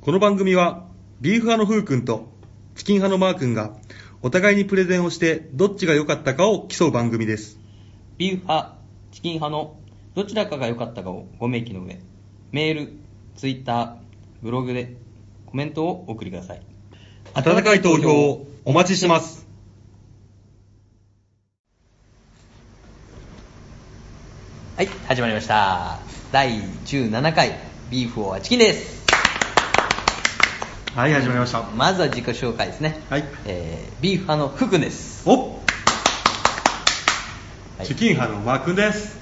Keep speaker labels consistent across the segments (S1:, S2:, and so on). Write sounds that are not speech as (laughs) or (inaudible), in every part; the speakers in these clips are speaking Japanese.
S1: この番組は、ビーフ派のふうくんと、チキン派のマーくんが、お互いにプレゼンをして、どっちが良かったかを競う番組です。
S2: ビーフ派、チキン派のどちらかが良かったかをご明記の上、メール、ツイッター、ブログでコメントをお送りください。
S1: 温かい投票をお待ちしてます。
S2: はい、始まりました。第17回、ビーフはチキンです。
S1: はい、始まりました。
S2: まずは自己紹介ですね。
S1: はい
S2: えービーフ派の福君です。
S1: お
S2: はい
S1: チキン派のマーくんです。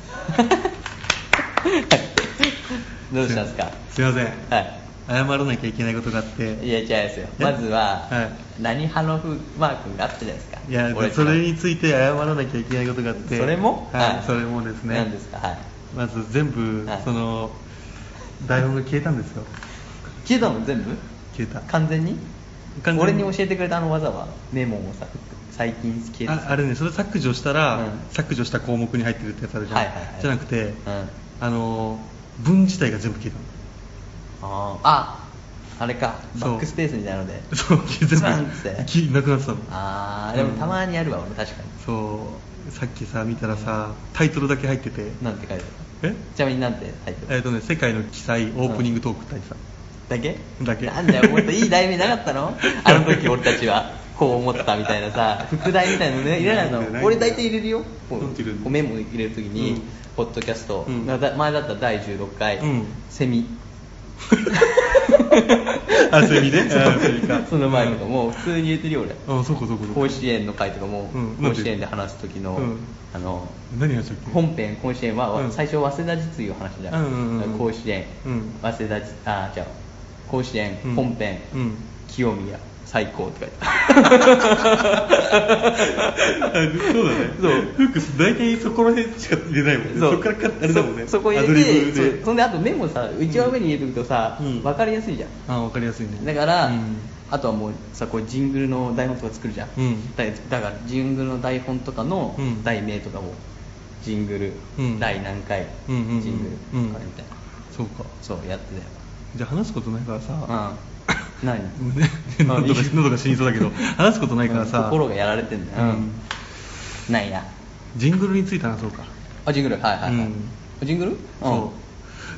S2: どうしたんですか
S1: すいません。
S2: はい。
S1: 謝らなきゃいけないことがあって。
S2: いや、違いますよ。
S1: え
S2: まずは、
S1: はい
S2: 何派のふマー君があったじゃないですか。
S1: いや
S2: 俺
S1: それについて謝らなきゃいけないことがあって
S2: それも
S1: はい、それもですね
S2: 何ですかはい。
S1: まず全部、
S2: はい
S1: その台本が消えたんですよ
S2: 消えたの全部
S1: 消えた
S2: 完全に
S1: 完全に
S2: 俺に教えてくれたあの技は、メモをさ、最近消えた
S1: ああれねそれ削除したら、
S2: うん
S1: 削除した項目に入ってるってやつあるじゃん、
S2: はいはいはい
S1: じゃなくて、
S2: うん
S1: あの文自体が全部消えたの
S2: あーあ、あれか、
S1: そ
S2: バ
S1: う
S2: ックスペースみたいなので。
S1: (laughs) そう全部
S2: ズバン
S1: (laughs)
S2: って
S1: きなくなってたの
S2: あー、でもたまにあるわ、俺確か
S1: そうさっきさ見たらさタイトルだけ入ってて
S2: に。なんて書いてある
S1: え
S2: ちなみになんて入って
S1: え
S2: る
S1: っ、とね「世界の記載オープニングトーク」って書
S2: (laughs)
S1: いてた、
S2: だけ
S1: だけ
S2: なんだよもっといい題名なかっ
S1: (laughs)
S2: たのあの時俺たちはこう思ったみたいなさ副題みたいなのね入れ
S1: な
S2: ない
S1: いんだよないんだ
S2: の
S1: よ
S2: 俺大体入れるよこ
S1: うん入れる
S2: うメモ入れる時に、
S1: うん
S2: ポッドキャスト、
S1: うん
S2: なだ前だったら第16回、
S1: うん
S2: セミ
S1: あセ (laughs) ミね
S2: そう
S1: あセミか
S2: その前とかも普通に入れてるよ俺
S1: あそうかそうかそう
S2: 甲
S1: か
S2: 子園の回とかも、
S1: うん
S2: 甲子園で話す時の、
S1: うん
S2: あの
S1: 何話したっけ
S2: 本編甲子園は、
S1: うん
S2: 最初早稲田実業話じゃん,、
S1: うんうんうんうん
S2: 甲子園、
S1: うん
S2: 早稲田じあじゃあ甲子園、
S1: うん
S2: 本編、
S1: うん
S2: 清宮最高って書いて
S1: あそうだね
S2: そう
S1: フックス大体そこら辺しか入れないもんね
S2: そう
S1: そっからかあれだもんね
S2: そそこ入
S1: アド
S2: れ
S1: リブ
S2: てそ
S1: で
S2: うそんであとメモさ内輪目に入れておくとさ、
S1: う
S2: わ
S1: ん
S2: 分かりやすいじゃん
S1: あわかりやすいね
S2: だから、
S1: うん
S2: あとはもうさこうジングルの台本とか作るじゃん、
S1: うん
S2: だだからジングルの台本とかの
S1: うん
S2: 題名とかもジングル、
S1: うん
S2: 第何回、
S1: うんうんうん
S2: ジングルとかみたいな、
S1: そうか
S2: そうやってたよ
S1: じゃあ話すことないからさ
S2: うん何
S1: ね (laughs) 喉が
S2: いい
S1: 喉が死にそうだけど話すことないから
S2: うん
S1: さ
S2: 心がやられてんだよ、
S1: う
S2: うんん、ないな
S1: ジングルについて話そうか
S2: あジングルはいはいはい、
S1: うん
S2: あジングルうん
S1: そ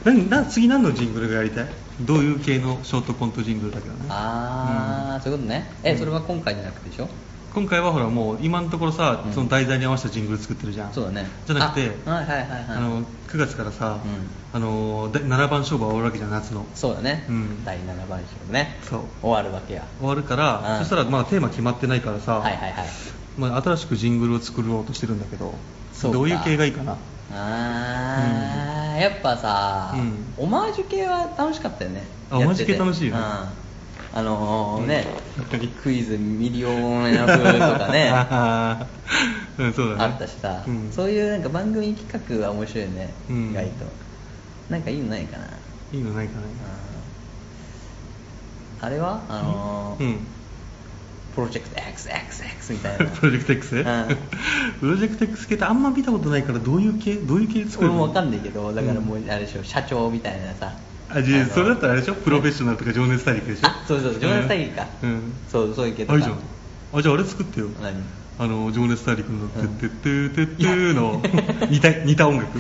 S1: う何な次何のジングルがやりたいどういう系のショートコントジングルだけどね
S2: ああ、そういうことねえそれは今回じゃなくてでしょ
S1: 今回はほらもう今のところさ、
S2: うん
S1: その題材に合わせたジングル作ってるじゃん
S2: そうだね
S1: じゃなくて
S2: あはいはいはいはい
S1: あの9月からさ、
S2: う
S1: あのだ7番勝負は終わるわけじゃん夏の
S2: そうだね、
S1: うん
S2: 第7番勝負ね
S1: そう
S2: 終わるわけや
S1: 終わるから、
S2: うん
S1: そしたらまだテーマ決まってないからさ、
S2: はいはいはい
S1: まあ、新しくジングルを作ろうとしてるんだけど
S2: そうか
S1: どういう系がいいかな
S2: あー、やっぱさ、
S1: うん
S2: オマージュ系は楽しかったよね
S1: あ
S2: やってて
S1: オマージュ系楽しいよね
S2: うんあのーね、
S1: うんやっぱり
S2: クイズミリオンエナブとかね
S1: (laughs) あーうんそうだね
S2: あったしさ、
S1: うん
S2: そういうなんか番組企画は面白いよね、
S1: うん
S2: 意外となんかいいのないかな、
S1: いいのないかな
S2: あれはあのー
S1: うん
S2: プロジェクト XXX みたい
S1: (laughs)
S2: な
S1: プロジェクト X
S2: うん
S1: プロジェクト X 系ってあんま見たことないからどういう系どういう系作
S2: 俺
S1: るの
S2: もわかんないけどだからも
S1: う
S2: うんあれでしょ社長みたいなさ
S1: あじゃあ
S2: の
S1: それだったらあれでしょプロフェッショナルとか情熱大陸でしょ
S2: あそうそう情熱大陸か、
S1: うんうん
S2: そうそういう系と
S1: あ
S2: か
S1: いいじゃんあじゃああれ作ってよ
S2: 何
S1: あの情熱大陸の「て
S2: う
S1: っ
S2: ん
S1: てってってってーの (laughs) 似た似た音楽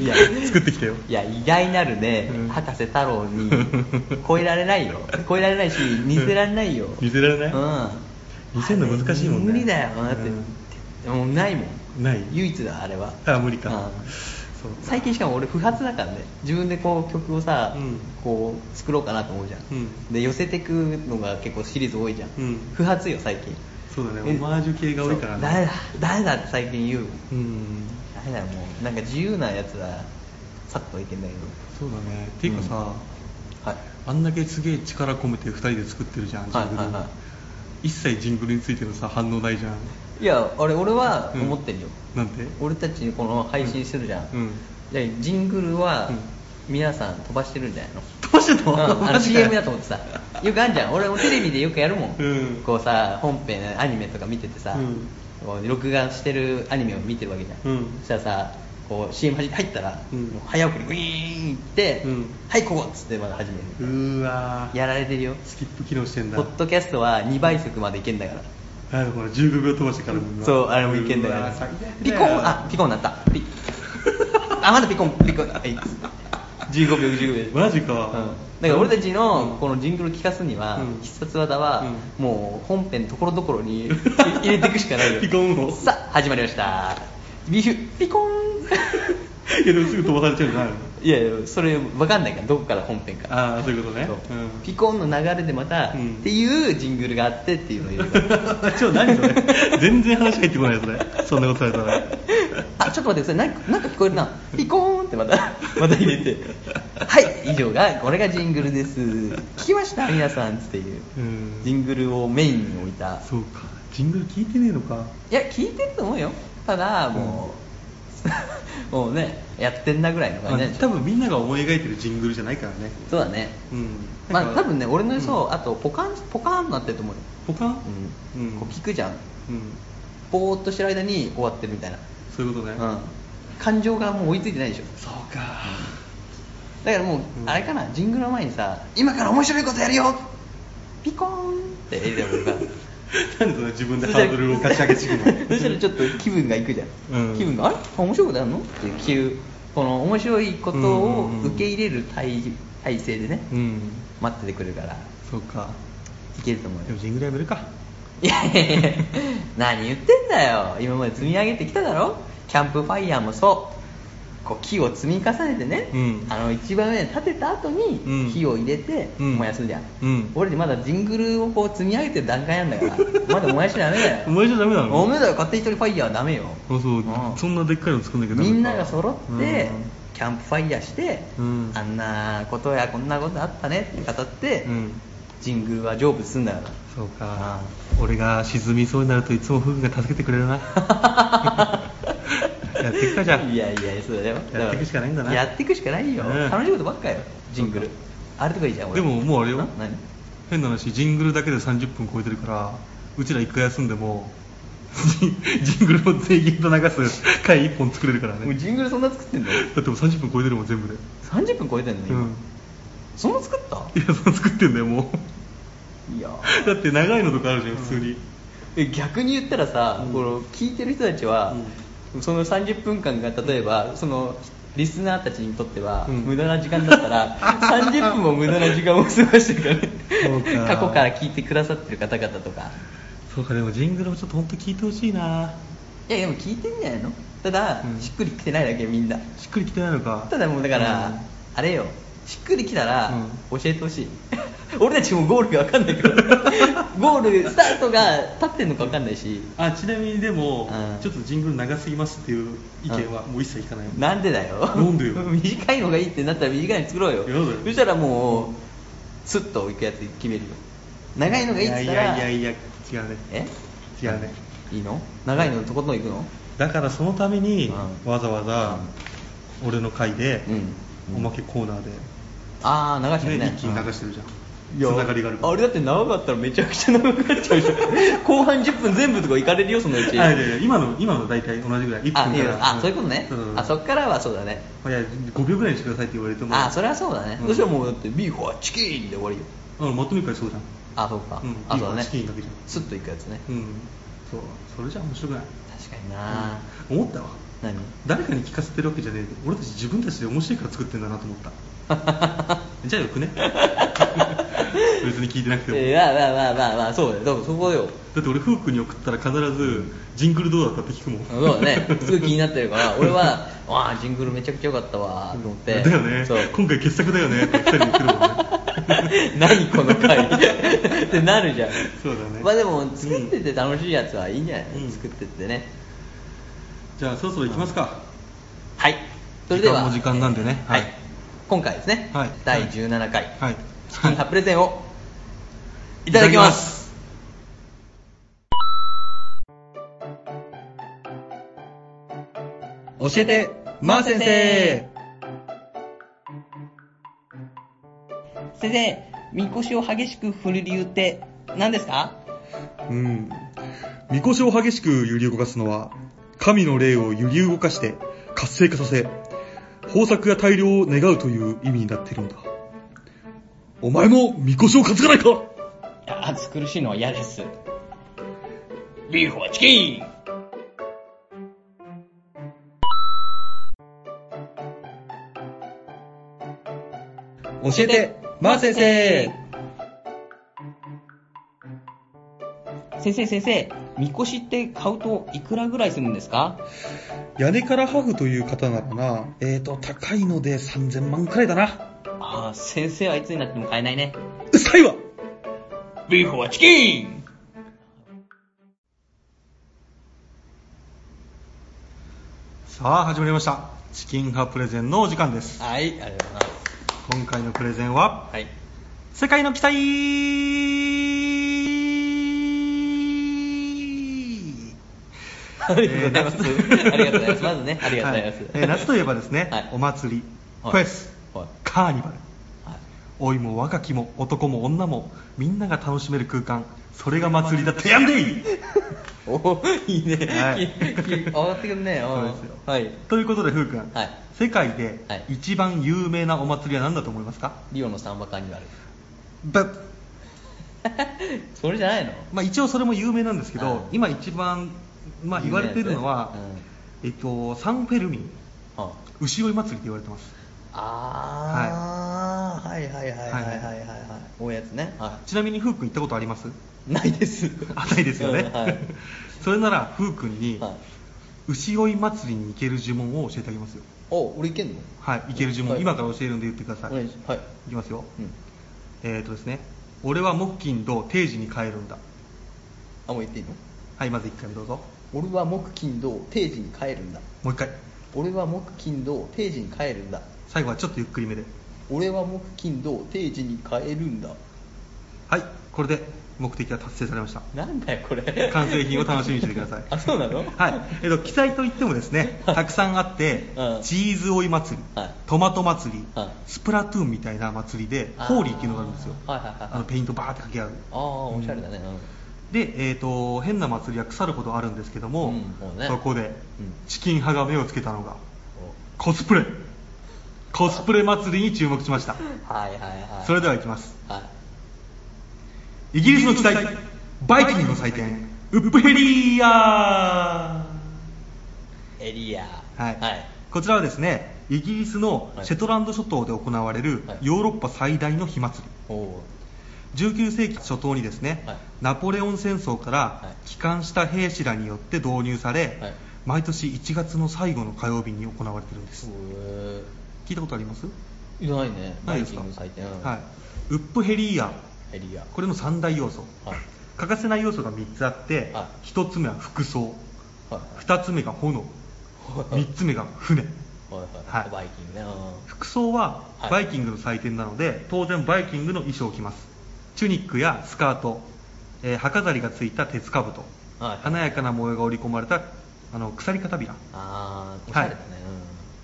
S2: いや
S1: 作ってきたよ
S2: いや偉大なるね、
S1: うん
S2: 博士太郎
S1: (laughs)
S2: に超えられないよ超えられないし似せられないよ
S1: 似せられない
S2: うん
S1: 似せるの難しいもんね
S2: 無理だよだって、もうないもん
S1: ない
S2: 唯一だあれは
S1: あ無理か
S2: うん
S1: そう
S2: 最近しかも俺不発だからね自分でこう曲をさ、
S1: うん
S2: こう作ろうかなと思うじゃん、
S1: うん
S2: で寄せてくのが結構シリーズ多いじゃん、
S1: うん
S2: 不発よ最近
S1: そうだねオマージュ系が多いからね
S2: ねダメだダメだって最近言うもん
S1: うん
S2: ダメだよもうなんか自由なやつはさっといけんだけど
S1: そうだねっていうかさ、
S2: はい
S1: あんだけすげえ力込めて2人で作ってるじゃんジ
S2: はい
S1: ングル、
S2: はいは
S1: 一切ジングルについてのさ反応ないじゃん
S2: いやあれ俺は思ってるよ、
S1: なんて
S2: 俺たちこの配信してるじゃん、
S1: うん
S2: じゃあジングルは
S1: うん
S2: 皆さん飛ばしてるんじゃないの、
S1: どうしてた (laughs)
S2: うん (laughs) あの CM だと思っててさよくあんじゃん俺もテレビでよくやるもん、
S1: うん
S2: こうさ本編アニメとか見ててさ、
S1: うん
S2: こう録画してるアニメを見てるわけじゃん、
S1: うん
S2: そしたらさこう CM 入ったら、
S1: うん
S2: もう早送りウィーン行って、
S1: うん
S2: はいここっつってまだ始める
S1: うーわー
S2: やられてるよ
S1: スキップ機能してんだ
S2: ポッドキャストは2倍速までいけんだから
S1: あのこれ15秒飛ばしてからも
S2: そうあれもいけんだか
S1: うわ
S2: ら
S1: ー最悪だよ
S2: ピコンあピコンなったピあまだピコンピコ
S1: (laughs)
S2: ンはい15秒15秒
S1: マジか
S2: うん、だから俺たちのこのジングル聞かすには、
S1: うん
S2: 必殺技は、もう本編ところどころに
S1: (laughs)
S2: 入れていくしかないよ
S1: ピコンを
S2: さあ始まりましたビフピコン
S1: (laughs) いやでもすぐ飛ばされちゃうんじゃないの
S2: いやいやそれ分かんないからどこから本編か
S1: ああそういうことね
S2: そ
S1: う
S2: う
S1: ん
S2: ピコンの流れでまた、
S1: うん
S2: っていうジングルがあってっていうのを入れるか
S1: (laughs)
S2: ら
S1: ちょ何そ
S2: (laughs)
S1: れ全然話入ってこないですねそんなことされたら
S2: あちょっと待ってくださいなんかなんか聞こえるなピコーンってまた
S1: (laughs)
S2: また入れてはい以上がこれがジングルです聞きました皆さんっていう
S1: うん
S2: ジングルをメインに置いた
S1: そうかジングル聞いてねえのか
S2: いや聞いてると思うよただもう、 (laughs) もうねやってんなぐらいの感じなんでし
S1: 多
S2: ょ
S1: 分みんなが思い描いてるジングルじゃないからね
S2: そうだね
S1: うん
S2: まあ多分ね俺の予想、あとポカンポカーンなってると思うよ、
S1: ポカン
S2: うんこう聞くじゃん
S1: うん
S2: ぼーっとしてる間に終わってるみたいな、
S1: そういうことね
S2: うん、感情がもう追いついてないでしょ
S1: そうか (laughs)
S2: だからもう、
S1: うん
S2: あれかなジングルの前にさ今から面白いことやるよピコーンって入れてもらうから
S1: なんでそんな自分でハードルをかち上げていくの
S2: (laughs) そしたらちょっと気分がいくじゃん、
S1: うん
S2: 気分があれ面白いことやるのっていう気分この面白いこと
S1: うん
S2: を
S1: うんうん
S2: 受け入れる体体制でね、
S1: うん
S2: 待っててくれるからい
S1: そうか
S2: けると思う
S1: で
S2: よ
S1: もジングルやめるか
S2: いやいやいや何言ってんだよ今まで積み上げてきただろキャンプファイヤーもそうこう木を積み重ねてね、
S1: うん
S2: あの一番上に立てた後
S1: うん
S2: に火を入れて
S1: うん
S2: 燃やすじゃん、
S1: うん
S2: 俺たちまだジングルをこう積み上げてる段階なん
S1: (laughs)
S2: だからまだ燃やしちゃダメだよ
S1: 燃やしちゃダメなの
S2: ダメだよ勝手に一人ファイヤーはダメよ
S1: あそう、
S2: ん
S1: そんなでっかいの作んなきゃダメ
S2: み
S1: か
S2: んなが揃って、
S1: うん
S2: キャンプファイヤーして、
S1: うん
S2: あんなことやこんなことあったねって語って、
S1: うん
S2: ジングルは成仏すんだから
S1: そうか俺が沈みそうになるといつも夫婦が助けてくれるな
S2: (laughs)
S1: やってきたじゃん
S2: いやいやそうだよ
S1: やっていくしかないんだな
S2: やっていくしかないよ、
S1: うん
S2: 楽しいことばっかよジングルあれとかいいじゃん俺
S1: でももうあれよ
S2: な何
S1: 変な話ジングルだけで30分超えてるからうちら一回休んでも (laughs) ジジングルを全員と流す回一本作れるから
S2: もう
S1: ね
S2: ジングルそんな作ってんだよ
S1: だってもう30分超えてるもん全部で
S2: 30分超えてんの
S1: う
S2: 今、
S1: ん
S2: そんな作った
S1: いやその作ってんだよもう (laughs)
S2: いや
S1: だって長いのとかあるじゃん普通に、
S2: え逆に言ったらさ、
S1: うん
S2: この聞いてる人たちは、その30分間が例えばそのリスナーたちにとっては
S1: うん
S2: 無駄な時間だっ
S1: (laughs)
S2: たら、30分も無駄な時間を過ごしてるからね
S1: そうか
S2: 過去から聞いてくださってる方々とか
S1: そうかでもジングルもちょっと本当聞いてほしいない
S2: やでも聞いてんじゃないのただ、
S1: うん
S2: しっくりきてないだけみんな
S1: しっくりきてないのか
S2: ただもうだから、
S1: うん
S2: あれよしっくりきたら
S1: う
S2: 教えてほしい、 (laughs) 俺たちもゴールが分かんない
S1: (laughs)
S2: からゴールスタートが立ってんのか分かんないし
S1: あちなみにでも、
S2: うん
S1: ちょっとジングル長すぎますっていう意見は
S2: う
S1: もう一切いかない、
S2: なんでだよ
S1: なんでよ
S2: (laughs) 短いのがいいってなったら短いの作ろうよ
S1: やだよ
S2: そしたらもうスッといくやつ決めるよ長いのがいいって言ったら
S1: やいやいやいや違うね
S2: え
S1: 違うね
S2: いいの長いのとことんいくの
S1: だからそのために、
S2: うん
S1: わざわざ俺の回で、
S2: うん
S1: おまけコーナーで、
S2: ああ流してるね
S1: ね、一気に流してるじゃん
S2: いや
S1: つながりがあるから
S2: あれだって長かったらめちゃくちゃ長くなっちゃうでしょ (laughs) 後半10分全部とかいかれるよそのうち
S1: あいやいや今の今の大体同じぐらい1分か
S2: あ
S1: ら
S2: いやあそういうことね、
S1: ん
S2: あそっからはそうだね
S1: いや5秒ぐらいにしてくださいって言われても
S2: あそれはそうだね、
S1: うん
S2: そしたらもうだってビーフはチキンで終わりよ
S1: うんまとめ会そうじゃん
S2: あそうか、
S1: うん
S2: あそう
S1: ビー
S2: だ
S1: フ
S2: ね
S1: はチキンだけじゃん
S2: スッといくやつね、
S1: うんそうそれじゃ面白くない
S2: 確かにな、
S1: 思ったわ
S2: 何
S1: 誰かに聞かせてるわけじゃねえで俺たち自分たちで面白いから作ってんだなと思った
S2: (laughs)
S1: じゃあよくね別に聞いてなくても、
S2: えーまあまあまあまあまあそうだよ多分そこよ
S1: だって俺フー君に送ったら必ずジングルどうだったって聞くもん
S2: そうだねすごい気になってるから俺は「わあジングルめちゃくちゃ良かったわ」と思っ
S1: (laughs)
S2: て
S1: だよね
S2: そう (laughs)
S1: 今回傑作だよねって二人に (laughs) 送るもんね
S2: 何この回ってなるじゃん
S1: そうだね
S2: まあでも作ってて楽しいやつはいいんじゃない、
S1: うん
S2: 作ってってね
S1: じゃあそろそろ行きますか
S2: はいそれでは
S1: 時間も時間なんでね
S2: えー
S1: は
S2: は
S1: いい、
S2: 今回ですね、
S1: はい
S2: 第17回、
S1: はい
S2: チキンハプレゼンをいただきます
S1: 教えてまー先生
S2: 先生みこしを激しく振る理由って何ですか
S1: うん。みこしを激しく揺り動かすのは、神の霊を揺り動かして、活性化させ、豊作や大量を願うという意味になっているのだ。お前もみこしを担がないか
S2: いや、暑苦しいのは嫌です。ビーフはチキン
S1: 教えて、まー先生
S2: 先生先生、みこしって買うといくらぐらいするんですか
S1: 屋根からハーフという方ならな、えーと、高いので3000万くらいだな。
S2: ああ、先生はいつになっても買えないね。
S1: うっさいわ
S2: ビーフはチキン
S1: さあ、始まりました。チキン派プレゼンのお時間です。
S2: はい、ありがとうございます。
S1: 今回のプレゼンは、
S2: はい。
S1: 世界の期待
S2: (laughs) ありがとうございます
S1: えー夏
S2: ありがとうございますまずねありがとうございます
S1: はえー夏といえばですね、
S2: はい
S1: お祭り、
S2: はい
S1: フェス、
S2: はい
S1: カーニバル、
S2: はい
S1: 老いも若きも男も女もみんなが楽しめる空間、それが祭りだってやんでい
S2: おいいね。
S1: はい
S2: きき上がってくんね。
S1: (laughs) そう
S2: うん
S1: ですよ
S2: はい。
S1: ということで、ふうくん、
S2: はい
S1: 世界で
S2: はい
S1: 一番有名なお祭りは何だと思いますか、
S2: リオのサンバカーニバル。
S1: だ
S2: (laughs) それじゃないの
S1: まあ、一応それも有名なんですけど、
S2: はい
S1: 今一番、まあ、言われているのは、えっと、サンフェルミン
S2: うんは
S1: 牛追い祭りって言われてます
S2: ああ、はい、はいはいはいはいはいはい。おやつね。は
S1: ちなみにフー君行ったことあります
S2: (laughs) い。ないです。
S1: あないですよ
S2: う
S1: ね
S2: んはい。
S1: (laughs) それならフー君に、
S2: はい
S1: 牛追い祭りに行ける呪文を教えてあげますよ
S2: お、俺いけんの
S1: はい行ける呪文、
S2: はい
S1: 今から教えるんで言ってください、
S2: お願
S1: い
S2: いしはい。
S1: きますよ、
S2: うん。
S1: えっ、ー、とですね俺は木金土定時に帰るんだ
S2: あ、もう言っていいの
S1: はいまず1回目どうぞ
S2: 俺は木金土定時に帰るんだ。
S1: もう1回
S2: 俺は木金土定時に帰るんだ。
S1: 最後はちょっとゆっくりめで
S2: 俺は木金土定時に帰るんだ。
S1: はいこれで目的は達成されました
S2: なんだよこれ。
S1: 完成品を楽しみにしてください
S2: (laughs) あ、そうなの？
S1: はい。えっと、記載といってもですね、たくさんあって、
S2: うん
S1: チーズ追い祭り、
S2: はい
S1: トマト祭り、
S2: はい
S1: スプラトゥーンみたいな祭りで、
S2: あー
S1: ホーリーっていうのがあるんですよ。
S2: はいはいはいはい
S1: あのペイントバーってかけ合う。
S2: ああ、おしゃれだね。うん
S1: で、えっ、と、変な祭りは腐るほどあるんですけども、
S2: うんそうね
S1: そこで、チキン派が目をつけたのが、
S2: お
S1: コスプレ。コスプレ祭りに注目しました。
S2: はいはいはい。
S1: それではいきます。
S2: はい。
S1: イギリスの記載、バイキングの祭典、ウップヘリア
S2: エリア。
S1: はい
S2: はい。
S1: こちらはですねイギリスのシェトランド諸島で行われる
S2: はい
S1: ヨーロッパ最大の火祭り
S2: おお。
S1: 19世紀初頭にですね、
S2: はい
S1: ナポレオン戦争から
S2: はい
S1: 帰還した兵士らによって導入され、
S2: はい
S1: 毎年1月の最後の火曜日に行われてるんです、
S2: う
S1: 聞いたことあります
S2: え。いないね。
S1: な
S2: バ
S1: い
S2: イ
S1: です
S2: キ
S1: か
S2: ング祭典。うん
S1: はい、ウップヘリーア
S2: エリア。
S1: これの3大要素
S2: はい。
S1: 欠かせない要素が3つあって、
S2: は
S1: 1つ目は服装
S2: はい。
S1: 2つ目が炎3つ目が船
S2: はい
S1: は
S2: はいい。バイキングね。う
S1: 服装は
S2: はい
S1: バイキングの祭典なので、当然バイキングの衣装を着ますチュニックやスカート、えー、歯飾りがついた鉄兜、
S2: はい
S1: 華やかな模様が織り込まれたあの鎖片びら、
S2: んああ、おしゃれだね。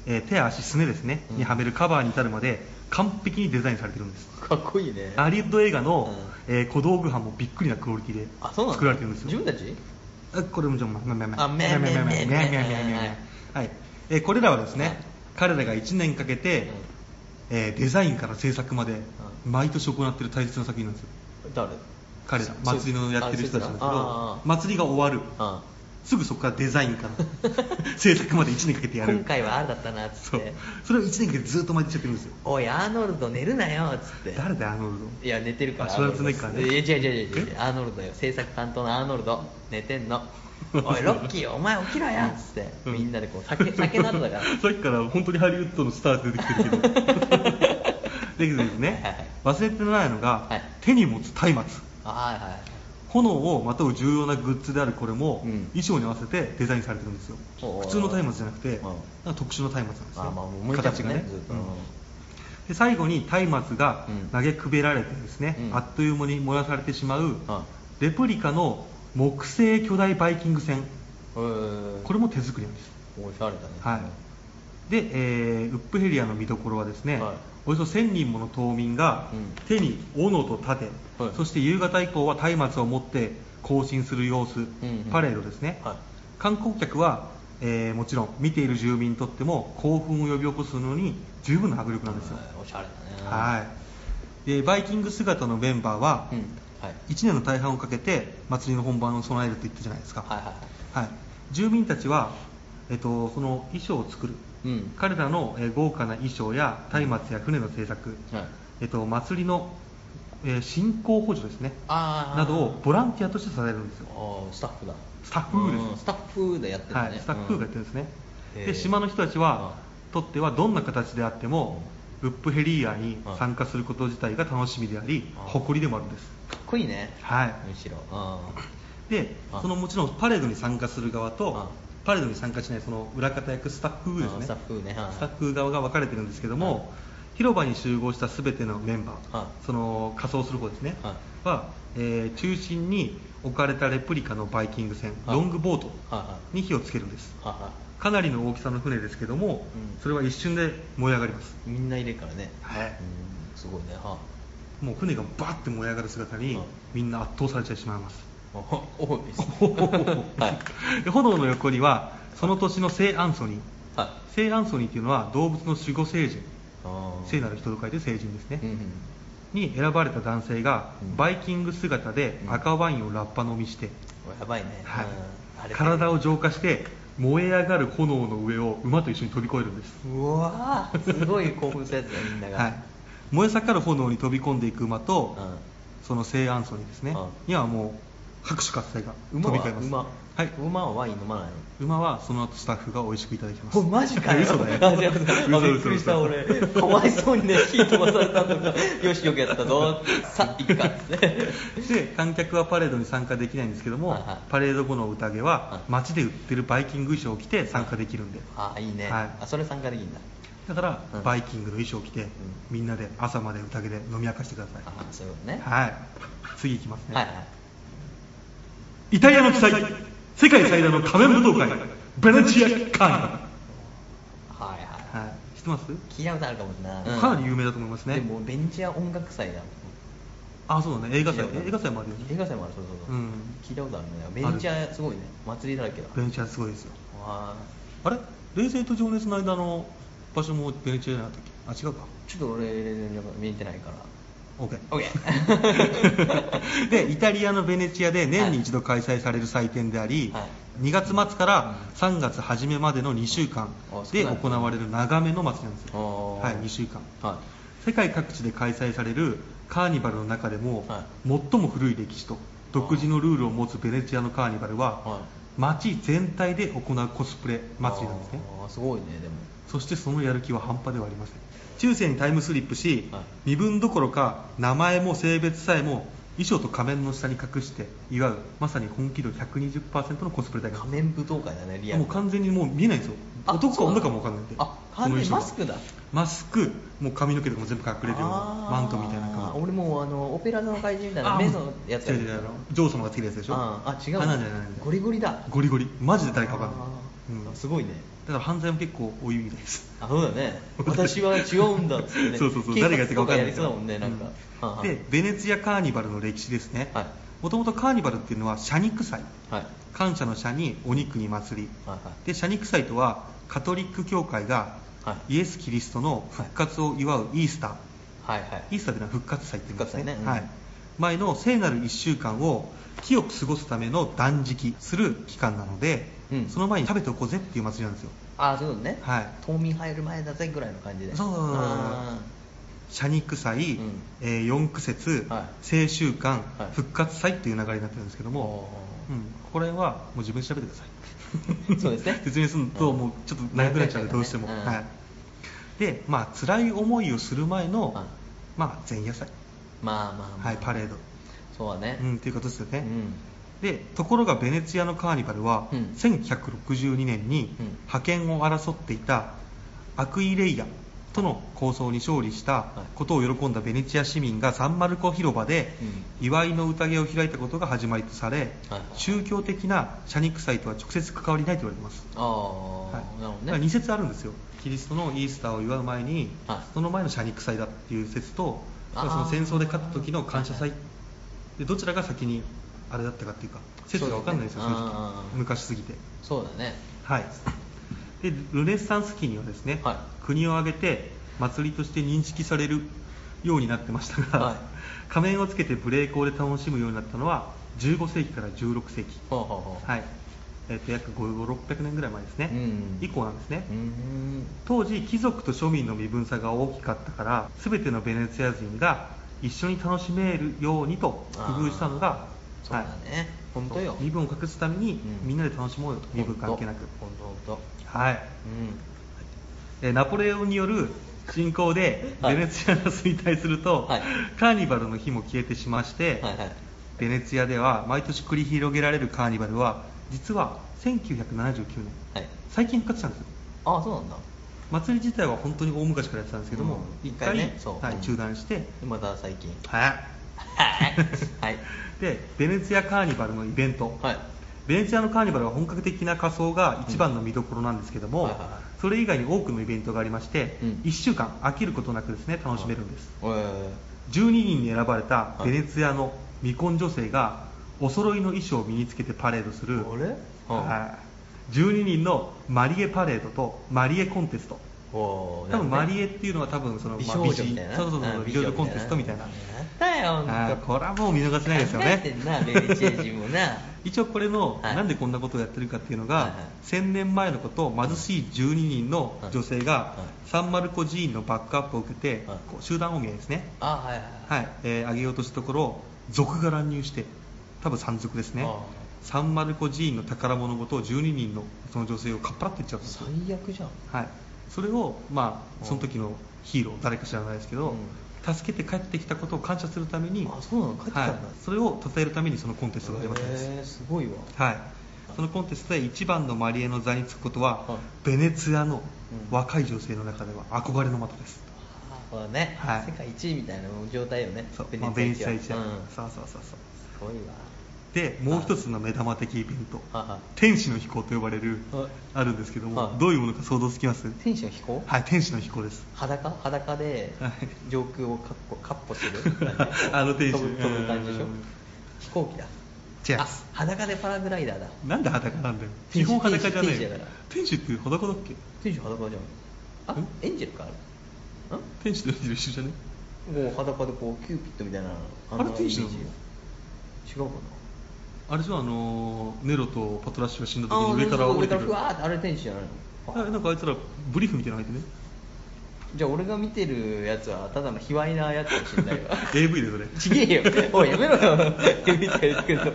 S1: えー手足すねですね、
S2: うん
S1: にはめるカバーに至るまで完璧にデザインされてるんです
S2: うん。かっこいいね。
S1: ハリウッド映画の、
S2: う
S1: えー小道具班もびっくりなクオリティで
S2: あ、そうなの？
S1: 作られてるんですよ
S2: 自分たち？
S1: あこれもじゃあ、ま、ま、ま、
S2: あめ
S1: め
S2: めめ
S1: めめめめめ
S2: はい
S1: はい、えーこれらはです
S2: はい
S1: ね、彼らが1年かけて、えーデザインから制作まで、毎年行っている大切な作品なんですよ。
S2: 誰？
S1: 彼ら、
S2: そ
S1: 祭りのやってる人たちなんですけど
S2: あそいつらあ、ー
S1: 祭りが終わる。
S2: あ
S1: すぐそこからデザインから
S2: (laughs)
S1: 制作まで1年かけてやる。
S2: 今回はあれだったなっつ
S1: そ
S2: っ
S1: う
S2: て。。
S1: それを1年かけてずっと毎日やってるんですよ。
S2: おいアーノルド寝るなよっつって。
S1: 誰だよ、アーノルド。
S2: いや寝てるから
S1: あシュワルツェネッカーね
S2: いや違う違う違う違うアーノルドよ制作担当のアーノルド寝
S1: (laughs)
S2: てんのおいロッキーお前起きろやっつって、
S1: うん
S2: みんなでこう酒酒など
S1: (laughs)
S2: だから
S1: さっきから本当にハリウッドのスターって出てきてるけど
S2: (laughs)
S1: でですね忘れてないのが、
S2: はい
S1: 手に持つ松明
S2: はいはい
S1: 炎をまとう重要なグッズであるこれも、
S2: うん
S1: 衣装に合わせてデザインされてるんですよ
S2: おうおう
S1: 普通の松明じゃなくて、
S2: うん
S1: なんか特殊の松明なんですよ
S2: あーまあもう向いちゃっ
S1: 形
S2: て
S1: が
S2: ね
S1: ね
S2: ずっと、
S1: うんで最後に松明が
S2: うん
S1: 投げくべられてですね、
S2: うん
S1: あっという間に燃やされてしまう、
S2: は
S1: レプリカの木製巨大バイキング船
S2: うん
S1: これも手作りなんです
S2: おしゃれだね
S1: はい、で、えーウップヘリアの見どころはですね、
S2: はい
S1: およそ1000人もの島民が
S2: うん
S1: 手に斧と盾、
S2: はい
S1: そして夕方以降は松明を持って行進する様子、
S2: んうん
S1: パレードですね、
S2: はい
S1: 観光客はえーもちろん見ている住民にとっても興奮を呼び起こすのに十分な迫力なんですよ、
S3: おしゃれだね
S1: はい、でバイキング姿のメンバーは、
S3: うんはい
S1: 1年の大半をかけて祭りの本番を備えるって言ったじゃないですか、
S3: はいはいはい
S1: はい住民たちは、えっと、その衣装を作る、
S3: うん
S1: 彼らの、えー豪華な衣装や松明や船の制作、
S3: はい
S1: えっと、祭りの、えー振興補助ですね
S3: あー
S1: などをボランティアとして支えるんですよ
S3: あースタッフだ
S1: スタッフです
S3: うんスタッフでやってるね、
S1: はい、スタッフがやってるんですね、
S3: うんへ
S1: で
S3: え
S1: 島の人たちはとってはどんな形であってもウップヘリーアに参加すること自体が楽しみであり
S3: うん
S1: 誇りでもあるんです
S3: かっこいいね
S1: はい
S3: むしろう
S1: で
S3: うん
S1: そのもちろんパレードに参加する側
S3: うん
S1: とパレードに参加しないその裏方役スタッフです
S3: う
S1: ね
S3: んスタッフねはい
S1: スタッフ側が分かれてるんですけども広場に集合した全てのメンバー
S3: はい
S1: その仮装する方ですね
S3: は
S1: はえー中心に置かれたレプリカのバイキング船
S3: はい
S1: ロングボート
S3: はいはい
S1: に火をつけるんです
S3: んはいは
S1: かなりの大きさの船ですけども、
S3: うん
S1: それは一瞬で燃え上がります
S3: いみんないるからね
S1: はい
S3: うんすごいねは
S1: もう船がバッて燃え上がる姿に、
S3: うん
S1: みんな圧倒されてしまいます
S3: あ多いですはい
S1: で炎の横にはその年の聖アンソニー
S3: はい
S1: 聖アンソニーというのは動物の守護聖人
S3: あー
S1: 聖なる人と書いて聖人ですね、
S3: うんうん
S1: に選ばれた男性が
S3: うん
S1: バイキング姿で
S3: うん
S1: 赤ワインをラッパ飲みして、
S3: やばいね、
S1: はい
S3: うんあれ
S1: 体を浄化して燃え上がる炎の上を馬と一緒に飛び越えるんです
S3: うわーすごい興奮するやつだみんなが
S1: はい、燃え盛る炎に飛び込んでいく馬と、
S3: うん
S1: その聖アンソニーですね、
S3: うん
S1: にはもう拍手喝采が
S3: 馬
S1: 飛び
S3: は
S1: 交いますは
S3: 馬,、
S1: い、
S3: 馬はワイン飲まないの
S1: 馬はその後スタッフが美味しくいただきます
S3: おマジかよ
S1: 嘘だよ
S3: あ違う
S1: 嘘
S3: あ
S1: 嘘
S3: びっくりした
S1: 嘘
S3: 俺かわいそうにね火飛ばされたとかよしよくやったぞさあいっかっつ
S1: (laughs)
S3: って
S1: で観客はパレードに参加できないんですけども、
S3: はいはい
S1: パレード後の宴
S3: は
S1: はい街で売ってるバイキング衣装を着て参加できるんで、
S3: あいいね、
S1: はい
S3: あそれ参加できるんだ
S1: だから、
S3: うん
S1: バイキングの衣装を着て、みんなで朝まで宴で飲み明かしてください、
S3: あそういうことね
S1: はい次いきますね、
S3: はいはい
S1: イタリアの奇祭世界最大の仮面舞踏会ベネチア会
S3: はいは
S1: はい知ってます
S3: い聞いたことあるかもな、
S1: かなり有名だと思いますね
S3: でもベンチア音楽祭だもん
S1: あそうだね映画祭
S3: 聞いたことる
S1: 映画祭もあるよね
S3: 映画祭もあるそうそうそう、
S1: うん
S3: 聞いたことあるねベンチアすごいね祭りだらけだ
S1: ベネチアすごいですよ
S3: わあ
S1: あれ冷静と情熱の間の場所もベネチアじゃなかったっけあ違うか
S3: ちょっと俺見えてないから (laughs)
S1: OK
S3: オッケー
S1: でイタリアのベネチアで年に一度開催される祭典であり、
S3: はい
S1: 2月末から3月初めまでの2週間
S3: あ少
S1: で
S3: ない
S1: 行われる長めの祭りなんです
S3: あ
S1: よ、
S3: ー
S1: はい、2週間 (laughs)
S3: は
S1: 世界各地で開催されるカーニバルの中でも、
S3: は
S1: 最も古い歴史と独自のルールを持つベネチアのカーニバルは、
S3: は
S1: 街全体で行うコスプレ祭りなんですね
S3: あーすごいねでも
S1: そしてそのやる気は半端ではありません中世にタイムスリップし、
S3: はい
S1: 身分どころか名前も性別さえも衣装と仮面の下に隠して祝うまさに本気度120%のコスプレ大
S3: 仮
S1: 会
S3: 面舞踏会だねリアル
S1: もう完全にもう見えないんですよ
S3: あ
S1: 男か
S3: そうな
S1: 女
S3: の
S1: かも分かんないんで
S3: あ完全に
S1: その衣装が
S3: マスクだ
S1: マスクもう髪の毛とかも全部隠れるような
S3: あー
S1: マントみたいな感じ
S3: 俺もうあのオペラ座の怪人みたいな
S1: あ
S3: 目のやつ
S1: 違う違う違うジョー様がつけるやつでしょ
S3: あーあ違う
S1: 花じゃないんで
S3: ゴリゴリだ
S1: ゴリゴリマジで誰か分かんない
S3: あー
S1: うん
S3: すごいね
S1: だから犯罪も結構多いみたいです
S3: あそうだ
S1: (laughs)
S3: ね私は違うんだっつってね
S1: そうそうそう
S3: 警察
S1: 誰がやってるか分かんない
S3: とやりそうだもんねなんか、
S1: うん
S3: はんはん
S1: でベネツィアカーニバルの歴史ですね
S3: はい
S1: もともとカーニバルっていうのは社肉祭
S3: はい
S1: 感謝の社にお肉に祭り
S3: はいはい
S1: で社肉祭とはカトリック教会が
S3: は
S1: イエス・キリストの復活を祝うイースター、
S3: はいはい
S1: イースターというのは復活祭っていうんですね
S3: 復活祭ねうん
S1: はい、前の聖なる1週間を清く過ごすための断食する期間なので、
S3: うん
S1: その前に食べておこうぜっていう祭りなんですよ
S3: ああそういうことね、
S1: はい
S3: 冬眠入る前だぜぐらいの感じで
S1: そうそうそうそう
S3: あ
S1: 社肉祭、
S3: うん
S1: えー四苦節、
S3: はい
S1: 青春館、
S3: はい
S1: 復活祭っていう流れになってるんですけども、
S3: おー
S1: うん、これはもう自分で調べてください
S3: (laughs) そうですね
S1: (laughs) 説明すると
S3: うん
S1: もうちょっと長くなっちゃうんでどうしても、
S3: うん
S1: はい、でまあ辛い思いをする前の、
S3: はい
S1: まあ、前夜祭、
S3: ーまあまあ、まあ、
S1: はい、パレード、
S3: そうだね
S1: うん、ということですよね、
S3: うん
S1: でところがベネチアのカーニバルは、
S3: うん
S1: 1162年に
S3: うん
S1: 覇権を争っていたアクイレイアとの抗争に勝利した
S3: い
S1: ことを喜んだベネチア市民がサンマルコ広場で祝いの宴を開いたことが始まりとされ、
S3: はい
S1: 宗教的な社肉祭とは直接関わりないと言われています、
S3: ああ、
S1: はい
S3: なるほ
S1: だ
S3: ど
S1: から
S3: ね
S1: 2節あるんですよキリストのイースターを祝う前に、
S3: はい
S1: その前の社肉祭だっていう説とそ
S3: あー
S1: の戦争で勝った時の感謝祭
S3: はいは
S1: でどちらが先にあれだったかっていうか説が分かんないですよ、
S3: そう
S1: 正
S3: ですね
S1: 直
S3: あー
S1: 昔すぎて
S3: そうだね
S1: はい、でルネサンス期にはですね、
S3: はい
S1: 国を挙げて祭りとして認識されるようになってましたが、
S3: はい
S1: (laughs) 仮面をつけて無礼講で楽しむようになったのは15世紀から16世紀、
S3: ほうほうほう
S1: はいえー、と約5600年ぐらい前ですね、
S3: うん
S1: 以降なんですね、
S3: うーん
S1: 当時貴族と庶民の身分差が大きかったから全てのベネツィア人が一緒に楽しめるようにと工夫したのが
S3: そうだね本当よ
S1: 身分を隠すために
S3: うん
S1: みんなで楽しもうよと、身分関係なく
S3: 本当本当本
S1: はい
S3: 当うん
S1: えーナポレオンによる侵攻で
S3: は
S1: ベ
S3: い
S1: ネツィアが衰退すると、
S3: はい
S1: カーニバルの日も消えてしまして、
S3: はいはい
S1: ベネツィアでは毎年繰り広げられるカーニバルは実は1979年
S3: はい
S1: 最近復活したんですよ
S3: ああそうなんだ
S1: 祭り自体は本当に大昔からやってたんですけども、
S3: うん
S1: 一回
S3: 一回ねそう
S1: はい
S3: うん
S1: 中断して、
S3: でまた最近
S1: はい
S3: はい
S1: でベネツィアカーニバルのイベント、
S3: はい
S1: ベネツィアのカーニバルは本格的な仮装が一番の見どころなんですけども、
S3: うんはいはいはい
S1: それ以外に多くのイベントがありまして、
S3: うん
S1: 1週間飽きることなくですね楽しめるんです、
S3: えー
S1: 12人に選ばれた
S3: はい
S1: ベネツィアの未婚女性がお揃いの衣装を身につけてパレードする
S3: あれ
S1: はい、12人のマリエパレードとマリエコンテスト
S3: おー
S1: 多分
S3: な
S1: マ
S3: んかね
S1: リエっていうのは多分その
S3: 美
S1: まあ
S3: 少女みたいな
S1: そうそうそううん美少女コンテストみたいな
S3: なんだよ
S1: あーこれはもう見逃せないですよ
S3: 考えて
S1: ね
S3: んなベネチア人もな
S1: 一応これの、
S3: はい
S1: なんでこんなことをやってるかっていうのが、
S3: はいはい
S1: 1000年前のことを貧しい12人の女性が、
S3: はいはい
S1: サンマルコ寺院のバックアップを受けて、
S3: はい
S1: こう集団お見合いですね、
S3: あはいはい
S1: はいえー上げようとしたところ族が乱入して多分山賊ですね
S3: あー
S1: サンマルコ寺院の宝物ごと12人のその女性をかっぱらっていっちゃうんですよ
S3: 最悪じゃん
S1: はい、それを、まあ、
S3: うん
S1: その時のヒーロー誰か知らないですけど、
S3: うん
S1: 助けて帰ってきたことを感謝するために
S3: あそうなの帰ってきたんだ
S1: はい、それを称えるためにそのコンテストが始まったんです、
S3: へーすごいわ
S1: はい、そのコンテストで一番のマリエの座につくことは、
S3: は
S1: ベネツィアの
S3: うん
S1: 若い女性の中では憧れの的です、
S3: そうだね、
S1: はい
S3: 世界一位みたいな状態よね
S1: そう
S3: ベ
S1: まあ
S3: ネ
S1: ベネ
S3: チ
S1: ツィ
S3: ア
S1: ア
S3: 一
S1: 一
S3: は
S1: 覧、
S3: うんす
S1: そうそうそうそう
S3: ごいわ
S1: でもう一つの目玉的イベント
S3: はいはい
S1: 天使の飛行と呼ばれる
S3: はい
S1: あるんですけども、
S3: はい
S1: どういうものか想像つきます
S3: 天使の飛行
S1: はい天使の飛行です
S3: (laughs) 裸裸で
S1: はい
S3: 上空をかっこかっ歩する
S1: あの天使
S3: 飛ぶ飛ぶ感じでしょ
S1: うん
S3: 飛行機だ
S1: 違い
S3: あ
S1: ます
S3: 裸でパラグライダーだ
S1: なんで裸なんだよ
S3: 天
S1: 基
S3: 使
S1: 本裸じゃねえ
S3: 天使
S1: よ
S3: だから
S1: 天使って裸だっけ
S3: 天使裸じゃんあ
S1: ん
S3: エンジェルかあれん
S1: 天使とエンジェル一緒じゃね
S3: もう裸でこうキューピッドみたいな
S1: あれ天使なの
S3: イメージよ違うか
S1: あれじゃあのーネロとパトラッシュが死んだ
S3: な
S1: 時に上から降りてく
S3: ふ
S1: る
S3: わ
S1: あ
S3: ーってあれ天使じゃないの
S1: なんかあいつらブリーフみたいなの履いてね
S3: じゃあ俺が見てるやつはただの卑猥なやつかもしれない
S1: (laughs)
S3: わ
S1: AV でそれ
S3: ちげえよおいやめろよみたいですけどそ
S1: そ
S3: う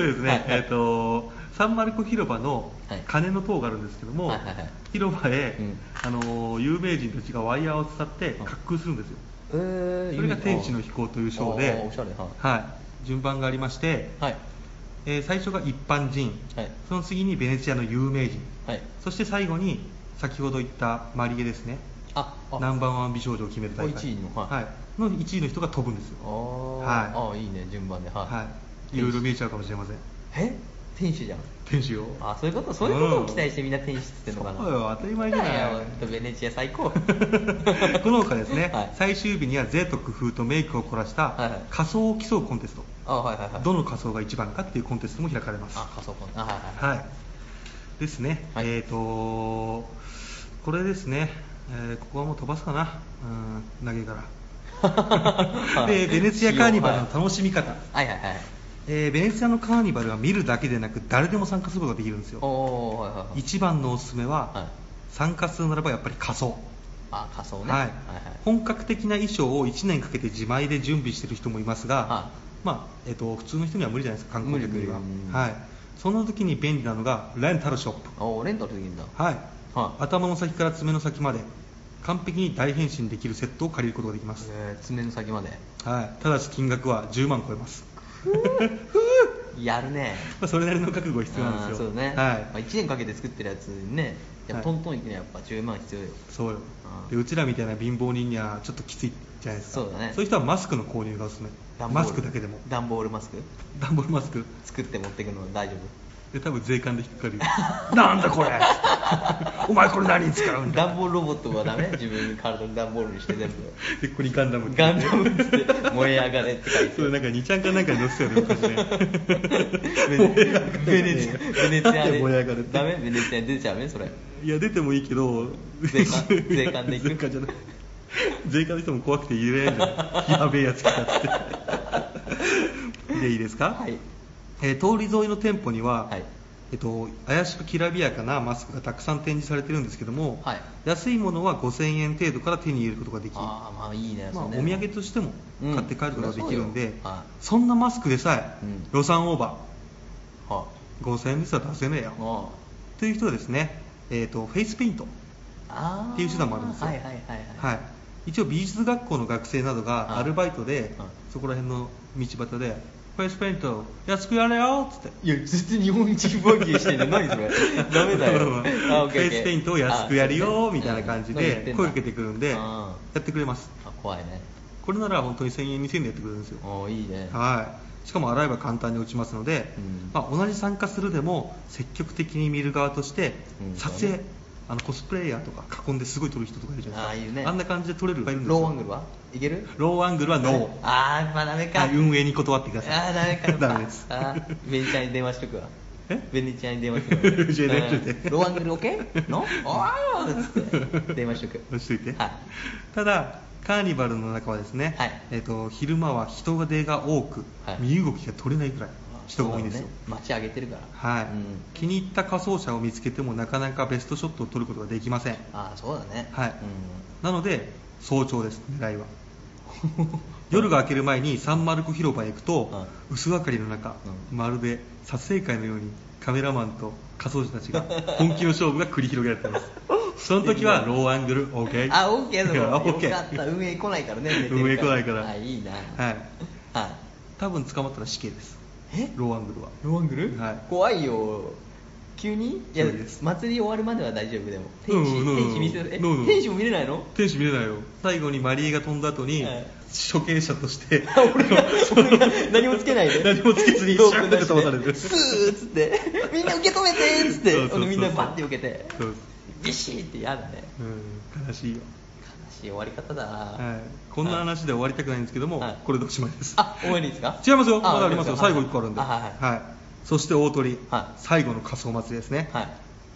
S1: うですね、えっ、とサンマルコ広場の
S3: はい
S1: 鐘の塔があるんですけども、
S3: はいはいはい
S1: 広場へ、
S3: うん
S1: あのー有名人たちがワイヤーを伝って滑空するんですよ、
S3: えー、
S1: それが天使の飛行というショー
S3: あー
S1: で
S3: おしゃれはい
S1: はい順番がありまして、
S3: はい
S1: えー最初が一般人、
S3: はい
S1: その次にベネチアの有名人、
S3: はい
S1: そして最後に先ほど言ったマリエですね
S3: ああ
S1: ナンバーワン美少女を決める大
S3: お
S1: 会
S3: 一位のは
S1: はいいの1位の人が飛ぶんですよ
S3: あー、
S1: は
S3: あーいいね順番で
S1: い、
S3: はい、
S1: はい、いろいろ見えちゃうかもしれません
S3: え天使じゃん
S1: 天使を
S3: あそういうことそういうことを期待してみんな天使って言ってんのかな
S1: そうよ当たり前じゃない
S3: だよベネチア最
S1: (laughs)
S3: 高
S1: (laughs) この他ですね、
S3: はい
S1: 最終日には贅と工夫とメイクを凝らし
S3: はいは
S1: た
S3: い
S1: 仮装を競うコンテスト、
S3: あはいはいはい
S1: どの仮装が一番かっていうコンテストも開かれます
S3: あ仮想コンあはいはいはい
S1: はい、ですね、
S3: はい
S1: えー、とこれですね、えーここはもう飛ばすかな、うん、投げ
S3: (laughs)
S1: から。でベネツィアカーニバルの楽しみ方、
S3: はいはいはい
S1: えーベネツィアのカーニバルは見るだけでなく誰でも参加することができるんですよ
S3: おーはいはいはい
S1: 一番のおすすめは、
S3: はい
S1: 参加するならばやっぱり仮装、
S3: あ仮想ね
S1: はい
S3: はい
S1: 本格的な衣装を1年かけて自前で準備してる人もいますが、
S3: は
S1: まあえー、と普通の人には無理じゃないですか観光客には
S3: 無理無理無、理
S1: はい、その時に便利なのがレンタルショップ
S3: おーレンタルできるんだ
S1: はい、
S3: はい
S1: 頭の先から爪の先まで完璧に大変身できるセットを借りることができます、
S3: えー爪の先まで
S1: はい、ただし金額は10万超えます、
S3: やるね
S1: まあ、それなりの覚悟が必要なんですよ
S3: あーそうね、まあ、
S1: はい、
S3: 1年かけて作ってるやつにねやっ
S1: は
S3: ぱ
S1: い
S3: トントンいくにはやっぱ10万必要よ
S1: そうよ
S3: うん
S1: でうちらみたいな貧乏人にはちょっときついじゃないですか
S3: そうだね
S1: そういう人はマスクの購入がおすすめ
S3: 段ボール
S1: マスクだけでも
S3: 段ボールマスク
S1: ダンボールマスク
S3: 作って持っていくの大丈夫
S1: で多分税関で引っかかるよなんだこ
S3: (laughs)
S1: れお前これ何に使うんだ
S3: ダンボールロボットはダ
S1: (laughs)
S3: メ自分の体のダンボールにして全部。
S1: でここにガンダムって
S3: ガンダムっつって燃え上がれっ
S1: (laughs)
S3: て書いて
S1: そうなんか2ちゃんかなんかに載せてたよね昔
S3: (laughs) ベ
S1: ね
S3: ネベネツィアベネツィア
S1: で燃え上がる
S3: でダメベネツィア出ちゃうねそれ
S1: いや出てもいいけど
S3: 税関税関で行く
S1: 税関じゃない税関の人も怖くて言えないんだよやべえやつ来
S3: (laughs)
S1: たってでいいですか
S3: はい
S1: えー通り沿いの店舗には、
S3: はい
S1: えっと、怪しくきらびやかなマスクがたくさん展示されてるんですけども、
S3: はい
S1: 安いものは5000円程度から手に入れることができ、ま
S3: ああまあいいね
S1: あ、
S3: そ
S1: お
S3: れ
S1: 土
S3: ね
S1: 産としても
S3: うん
S1: 買って帰ることができるんで、
S3: そりゃそうよはい
S1: そんなマスクでさえ、
S3: うん
S1: 予算オーバ
S3: は
S1: ー5000円ですら出せねえよ
S3: あもう
S1: という人はですね、えっとフェイスペイント、
S3: あー
S1: っていう手段もあるんですよ
S3: はいはいはいはい、
S1: はい、一応美術学校の学生などが
S3: はい
S1: アルバイトで、
S3: はい
S1: そこら辺の道端でフェイスペイント安くやれよっつって
S3: いや、絶対日本人バギーしてんの
S1: (laughs)
S3: 何それダメだよ。
S1: フ
S3: あオッケ
S1: ェ
S3: ーオッ
S1: イ
S3: ケー
S1: スペイントを安くやるよみたいな感じ
S3: あそうだね
S1: で
S3: うん
S1: 声かけてくるんで
S3: うん
S1: やってくれます
S3: あ、怖いね。
S1: これなら本当に1000円2000円でやってくれるんですよ
S3: おーいいね。
S1: はいしかも洗えば簡単に落ちますので、
S3: うん
S1: まあ、同じ参加するでも積極的に見る側として
S3: うん
S1: 撮影、あのコスプレイヤーとか囲んですごい撮る人とかいるじゃないですか
S3: あーいるね
S1: んな感じで撮れる人がいるんですよ
S3: ローアングルはいける
S1: ローアングルはノー
S3: あー、まあダメか。
S1: はい運営に断ってください
S3: あー、ダメか。
S1: (laughs) ダメです
S3: あー、ベニちゃんに電話しとくわ。
S1: え
S3: ベニちゃんに電話しとくわ
S1: (laughs) うちでね
S3: うん
S1: うちで
S3: ローアングル
S1: (laughs)
S3: OK? のあーつって電話しとく。
S1: しといて、
S3: はい
S1: ただカーニバルの中はですね、
S3: はい
S1: えっと昼間は人が出が多く、
S3: はい
S1: 身動きが取れないくらい人が多いんですよ、
S3: そうだね街上げてるから。
S1: はい
S3: うん
S1: 気に入った仮装者を見つけてもなかなかベストショットを撮ることができません
S3: あー、そうだね。
S1: はい
S3: うん
S1: なので早朝です狙いは (laughs) 夜が明ける前にサンマルコ広場へ行くと、
S3: は
S1: 薄明かりの中、まるで撮影会のようにカメラマンと仮装者たちが本気の勝負が繰り広げられてい
S3: (laughs)
S1: ますその時はローアングル OK
S3: あ、オッケー
S1: (laughs)
S3: だ
S1: オ
S3: もん。
S1: ッケ
S3: よかっ
S1: ー
S3: た。運営来ないからね。寝てる
S1: 運営来ないから
S3: あ、いいな。
S1: はい
S3: はい。
S1: 多分捕まったら死刑です
S3: え
S1: ローアングルは
S3: ロアングル
S1: はい
S3: 怖いよ。急にいや
S1: そうです、
S3: 祭り終わるまでは大丈夫でも。
S1: うん
S3: 天使、
S1: うん
S3: 天使見せえ
S1: うんうん
S3: 天使も見れないの
S1: 天使見れないよ最後にマリエが飛んだ後に、
S3: はい
S1: 処刑者として
S3: (laughs) 俺が、俺が何もつけないで。
S1: 何もつけずに
S3: ロ
S1: シャー
S3: ープ
S1: って
S3: なし
S1: 飛ばされて
S3: でスーッつって、みんな受け止めてーっ
S1: そうそ
S3: つっ
S1: う
S3: て、
S1: そう
S3: あのみんなバッて受けて、
S1: そうです
S3: ビシーってやだね。
S1: うん悲しいよ
S3: 悲しい終わり方だな。
S1: はい、こんな話で終わりたくないんですけども、
S3: はい
S1: これでおしまいです。
S3: あ、終わりですか
S1: 違いますよ、まだありますよ、最後1個あるんで。
S3: はいはいはい。
S1: そして大鳥、
S3: はい
S1: 最後の仮想祭りですね。
S3: はい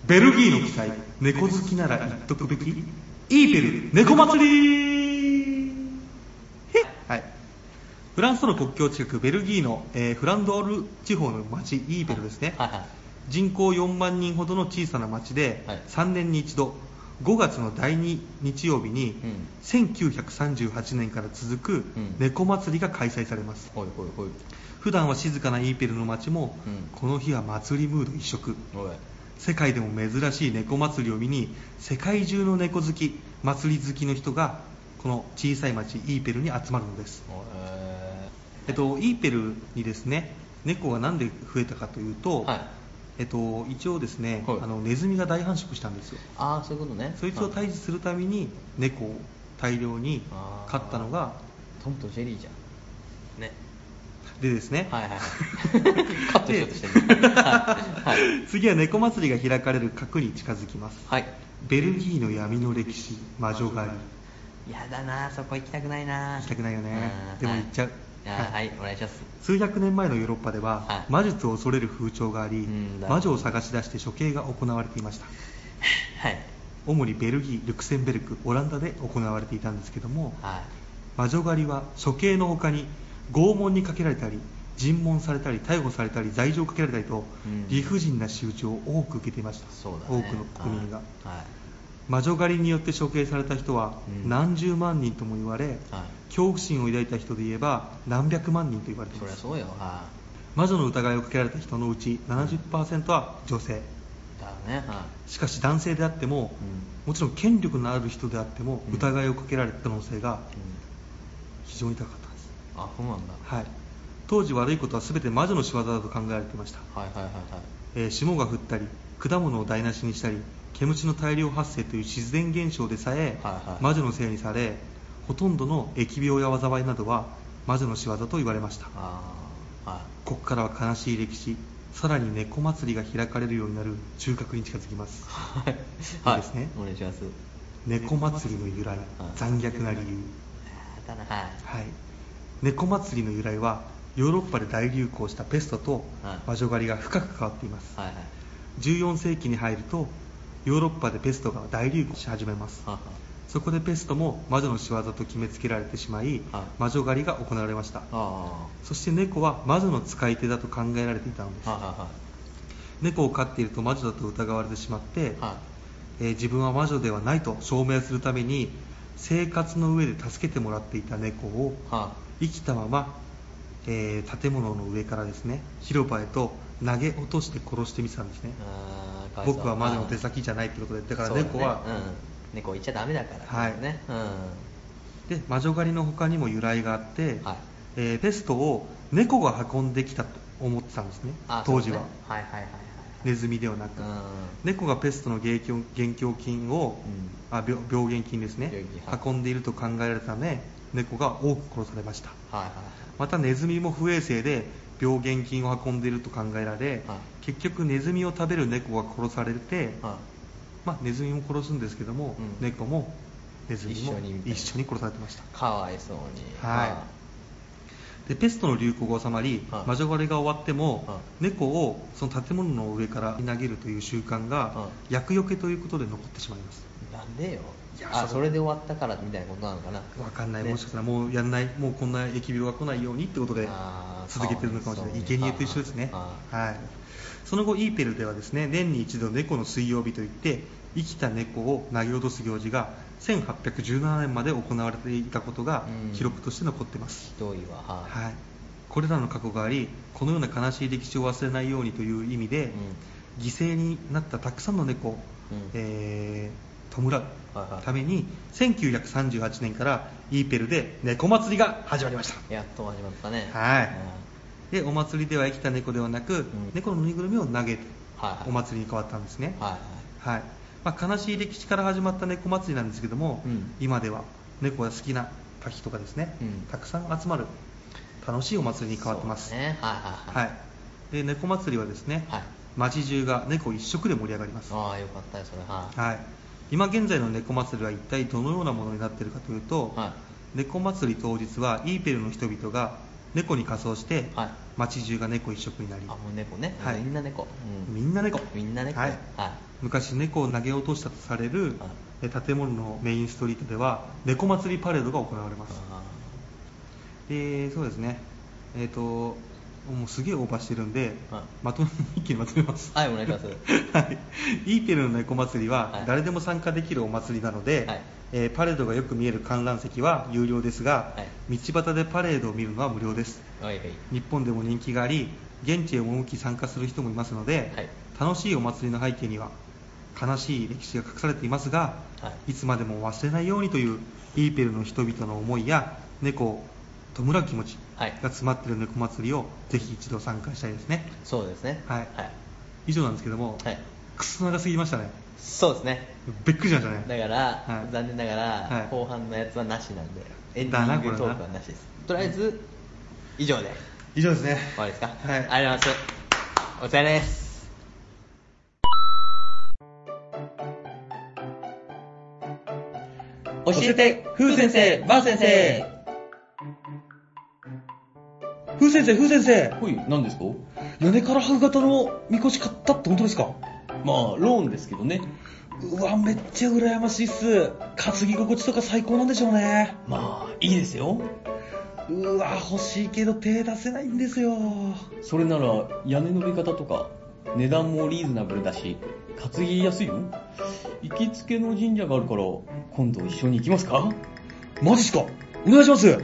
S1: ベルギーの奇祭、猫好きなら言っとくべき、イーペル猫祭りへっはい。フランスとの国境近く、ベルギーの、えーフランドール地方の町、イーペルですね。
S3: はいはい。
S1: 人口4万人ほどの小さな町で、
S3: はい
S1: 3年に一度5月の第2日曜日に、
S3: うん
S1: 1938年から続く
S3: うん
S1: 猫祭りが開催されます、
S3: ほいほいほい。
S1: 普段は静かなイーペルの町も、
S3: うん
S1: この日は祭りムード一色
S3: おい。
S1: 世界でも珍しい猫祭りを見に世界中の猫好き祭り好きの人がこの小さい町イーペルに集まるのです
S3: え
S1: えっと、イーペルにですね猫がなんで増えたかというと、
S3: はい
S1: えっと、一応ですね、
S3: はい
S1: あのネズミが大繁殖したんですよ
S3: ー、ああそういうことね
S1: そいつを退治するために猫を大量に
S3: あー
S1: 飼ったのが
S3: トムとジェリーじゃんね
S1: でですね、 (laughs)
S3: はいはいはい (laughs) カットしようとしてるはいはい
S1: 次は猫祭りが開かれる核に近づきます
S3: はい
S1: ベルギーの闇の歴史魔女狩り
S3: やだなそこ行きたくないな
S1: 行きたくないよね
S3: ん
S1: でも行っちゃう
S3: はいあーはいお願いします
S1: 数百年前のヨーロッパでは、
S3: はい
S1: 魔術を恐れる風潮があり
S3: うんだ
S1: 魔女を探し出して処刑が行われていました
S3: (laughs) はい
S1: 主にベルギールクセンベルクオランダで行われていたんですけども
S3: は
S1: 魔女狩りは処刑の他に拷問にかけられたり尋問されたり逮捕されたり罪状をかけられたりと、
S3: うん
S1: 理不尽な仕打ちを多く受けていました
S3: いそうだね
S1: 多くの国民が、
S3: はいはい
S1: 魔女狩りによって処刑された人は
S3: うん
S1: 何十万人とも言われ、
S3: はい
S1: 恐怖心を抱いた人で言えば何百万人と言われてい
S3: そ
S1: ま
S3: りゃ
S1: す
S3: そうよは
S1: 魔女の疑いをかけられた人のうち70%は女性
S3: いだよねは
S1: しかし男性であっても、もちろん権力のある人であっても
S3: うん
S1: 疑いをかけられた可能性が
S3: い、うん、
S1: 非常に高かったんです、
S3: あそうなんだ
S1: はい、当時悪いことは全て魔女の仕業だと考えられていました、
S3: はいはいはいはい
S1: えー霜が降ったり果物を台無しにしたり煙の大量発生という自然現象でさえ、
S3: はいはい
S1: 魔女のせいにされほとんどの疫病や災いなどは魔女の仕業と言われました (laughs)
S3: ああはい
S1: ここからは悲しい歴史さらに猫祭りが開かれるようになる中核に近づきます
S3: はい
S1: いいですね
S3: お願いします
S1: 猫祭りの由来残虐な理由
S3: あだなはい
S1: はい猫祭りの由来はヨーロッパで大流行したペストと
S3: はい
S1: 魔女狩りが深く関わっています、
S3: はいはい
S1: 14世紀に入るとヨーロッパでペストが大流行し始めます
S3: は
S1: そこでペストも魔女の仕業と決めつけられてしまい
S3: はい
S1: 魔女狩りが行われました
S3: あは
S1: そして猫は魔女の使い手だと考えられていたので
S3: あ
S1: す
S3: はあは
S1: 猫を飼っていると魔女だと疑われてしまって、
S3: あは
S1: えー自分は魔女ではないと証明するために生活の上で助けてもらっていた猫を
S3: あは
S1: 生きたまま、えー建物の上からですね広場へと投げ落として殺してみせたんですね
S3: ああ
S1: 僕は魔女の手先じゃないってことでだから猫は、
S3: そうだねうん、猫行っちゃダメだから
S1: はい
S3: ねうん
S1: で魔女狩りの他にも由来があって、
S3: はい
S1: えーペストを猫が運んできたと思ってたんですね
S3: あ
S1: 当時は、
S3: そうねはいはいはいはい
S1: ネズミではなく、
S3: うん
S1: 猫がペストの原狂原狂菌を、あ病病原菌ですね
S3: 病原菌はい
S1: 運んでいると考えられたため猫が多く殺されました
S3: はいはい
S1: またネズミも不衛生で病原菌を運んでいると考えられ、
S3: はい
S1: 結局ネズミを食べる猫が殺されて、
S3: は
S1: まあ、ネズミも殺すんですけども、
S3: うん
S1: 猫もネズミも
S3: 一緒にみたいな
S1: 一緒に殺されてました
S3: いかわいそうに
S1: はいでペストの流行が収まり、
S3: はい
S1: 魔女狩りが終わっても、
S3: は
S1: 猫をその建物の上から投げるという習慣が
S3: は
S1: 厄除けということで残ってしまいます
S3: なんでよ
S1: いや
S3: あ
S1: そう
S3: それで終わったからみたいなことなのかな
S1: わかんない、
S3: ね
S1: もしかしたらもうやんないもうこんな疫病が来ないようにってことで
S3: あー
S1: 続けてるのかもしれない
S3: そうね
S1: 生贄と一緒ですね
S3: あ
S1: はいその後イーペルではですね年に一度猫の水曜日といって生きた猫を投げ落とす行事が1817年まで行われていたことが
S3: うん
S1: 記録として残ってます、
S3: ひどいわは
S1: はい、これらの過去がありこのような悲しい歴史を忘れないようにという意味で、犠牲になったたくさんの猫を、
S3: うん
S1: えー弔う
S3: はいはい
S1: ために1938年からイーペルで猫祭りが始まりました
S3: やっと始まったね
S1: はい
S3: うん
S1: でお祭りでは生きた猫ではなく、
S3: ん
S1: 猫のぬいぐるみを投げて
S3: はいはい
S1: お祭りに変わったんですね、
S3: はいはい
S1: はいまあ、悲しい歴史から始まった猫祭りなんですけども、
S3: うん
S1: 今では猫が好きな滝とかですね、
S3: うん
S1: たくさん集まる楽しいお祭りに変わってます、
S3: そうねはいはい
S1: はい、で猫祭りはですね、
S3: はい
S1: 街中が猫一色で盛り上がります
S3: ああよかったよそれは
S1: は
S3: い
S1: い、今現在の猫祭りは一体どのようなものになっているかというと、
S3: は
S1: 猫祭り当日はイーペルの人々が猫に仮装して、
S3: はい
S1: 街中が猫一色になり
S3: あもう猫ね
S1: はい
S3: みんな猫うん
S1: みんな猫
S3: みんな猫
S1: はい
S3: はい
S1: 昔猫を投げ落としたとされる、え建物のメインストリートでは猫祭りパレードが行われます、
S3: あ
S1: でそうですねえっ、ともうすげえオーバーしてるんで、
S3: はい
S1: まとめ一気にまとめます (laughs)
S3: ーはいお願いします
S1: はい、イーペルの猫祭り
S3: は
S1: はい誰でも参加できるお祭りなので、
S3: はい
S1: えーパレードがよく見える観覧席は有料ですが、
S3: は
S1: 道端でパレードを見るのは無料です
S3: はいはい
S1: 日本でも人気があり現地へ赴き参加する人もいますので、
S3: はい
S1: 楽しいお祭りの背景には悲しい歴史が隠されていますが、、
S3: はい
S1: つまでも忘れないようにというイーペルの人々の思いや猫を弔う気持ち
S3: はい
S1: が詰まっている猫祭りをぜひ一度参加したいですね、
S3: そうですね
S1: はい
S3: はい
S1: 以上なんですけども、
S3: はい
S1: くそ長すぎましたね
S3: そうですね
S1: びっくりしましたね
S3: だか
S1: は
S3: ら
S1: い
S3: 残念なが
S1: はい
S3: ら後半のやつはなしなんでエンデ
S1: だな
S3: ィング
S1: こ
S3: ト
S1: れな
S3: ークはなしですとりあえず以上で
S1: 以上ですね
S3: 終わりですか
S1: はい
S3: ありがとうございますお疲れ様です教えて、風先生、バー先生。
S1: 風先生風先生
S4: はい、何ですか
S1: 屋根から剥型のみこし買ったって本当ですか
S4: まあ、ローンですけどね。
S1: うわめっちゃ羨ましいっす担ぎ心地とか最高なんでしょうね
S4: まあ、いいですよ。
S1: うわ欲しいけど手出せないんですよ
S4: それなら、屋根の見方とか、値段もリーズナブルだし、担ぎやすいよ。行きつけの神社があるから、今度一緒に行きますか
S1: マジっすかお願いします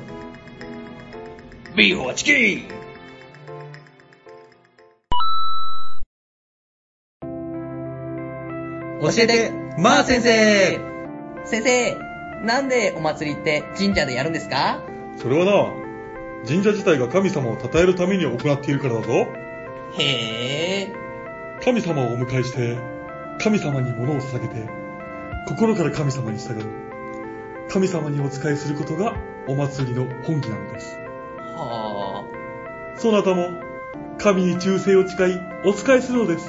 S4: ビーフォーチキン
S3: 教えて、マー先生。先生、なんでお祭りって神社でやるんですか
S1: それはな神社自体が神様を称えるために行っているからだぞ
S3: へえ。
S1: 神様をお迎えして神様に物を捧げて心から神様に従う神様にお仕えすることがお祭りの本気なのです
S3: は
S1: そなたも神に忠誠を誓い、お仕えするのです。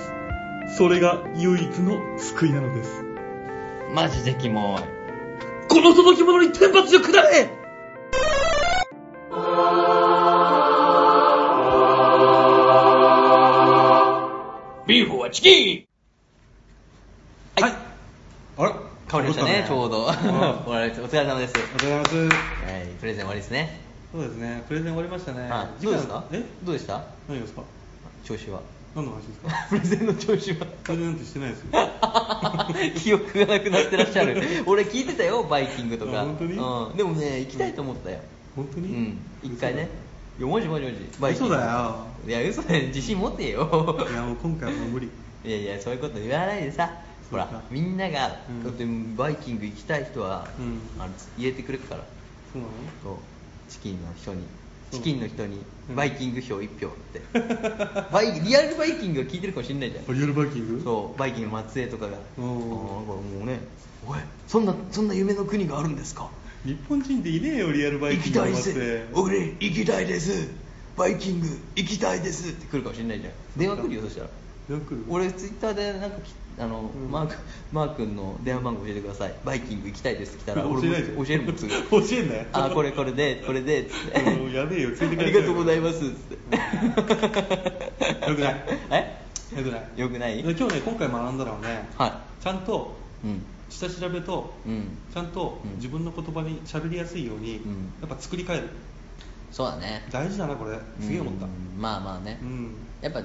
S1: それが唯一の救いなのです。
S3: マジでキモい。
S1: この届き物に天罰を下れ
S3: ビーフはチキン
S1: はい。あれ
S3: 変わりましたね、ちょう (laughs) ど。
S1: うん
S3: 終わりましたお疲れ様です。
S1: ありがとうございます。
S3: はい、プレゼン終わりですね。
S1: そうですね、プレゼン終わりましたね。
S3: はい、
S1: 次
S3: どう
S1: 回
S3: ですか
S1: え
S3: どうでした
S1: 何がですか
S3: 調子は。
S1: 何の話です
S3: (laughs)
S1: か
S3: プレゼンの調子は。
S1: プレゼンなんてしてないですよ。
S3: 記憶がなくなってらっし
S1: (laughs)
S3: ゃる。俺聞いてたよ、バイキングとか。
S1: あ本当に
S3: うん。でもね、行きたいと思ったよ。
S1: 本当
S3: う
S1: に、
S3: ん。一回ね。いや、マジマジマジ。バイキング。
S1: 嘘だよ。
S3: いや、嘘だよ。自信持ってよ。
S1: いや、もう今回はもう無理。
S3: いやいやそういうこと言わないでさほ
S1: そう
S3: ら
S1: か
S3: みんなが、
S1: うん
S3: だってバイキング行きたい人は、
S1: うん
S3: あの入れてくれるから
S1: そうなの
S3: そうチキンの人に
S1: そう
S3: チキンの人に
S1: うん
S3: バイキング票1票
S1: (laughs)
S3: って、バイリアルバイキングが聞いてるかもしれないじゃん
S1: あリアルバイキング
S3: そうバイキングの松江とかが
S1: お
S3: あ
S1: ー
S3: ーなんかもうね「おいそんなそんな夢の国があるんですか
S1: 日本人でいねえよ、リアルバイキ
S3: 行き
S1: ング
S3: たいで
S1: 待って
S3: す俺行きたいですバイキング行きたいです」って来るかもしれないじゃん電話来るよそしたら。
S1: よく
S3: 俺ツイッターでなんかきあの、
S1: うん
S3: マークマー君の電話番号教えてくださいバイキング行きたいです来たら
S1: 教
S3: 俺も
S1: えないで
S3: 教えるも
S1: (laughs)
S3: んすぐ
S1: 教えんなよ。
S3: あこれこれでこれでつって
S1: もうやべえよ、聞いてく
S3: あ
S1: れ
S3: りがとうございますつって
S1: よくない。
S3: え
S1: よくない。
S3: よくない
S1: 今日ね、今回学んだのはね、
S3: は
S1: ちゃんと
S3: いうん
S1: 下調べと、
S3: うん
S1: ちゃんと
S3: うん
S1: 自分の言葉に喋りやすいように、
S3: うん
S1: やっぱ作り変える。
S3: そうだね
S1: 大事だな、これ。すげえ思った。
S3: うんまあまあね、
S1: うん
S3: やっぱ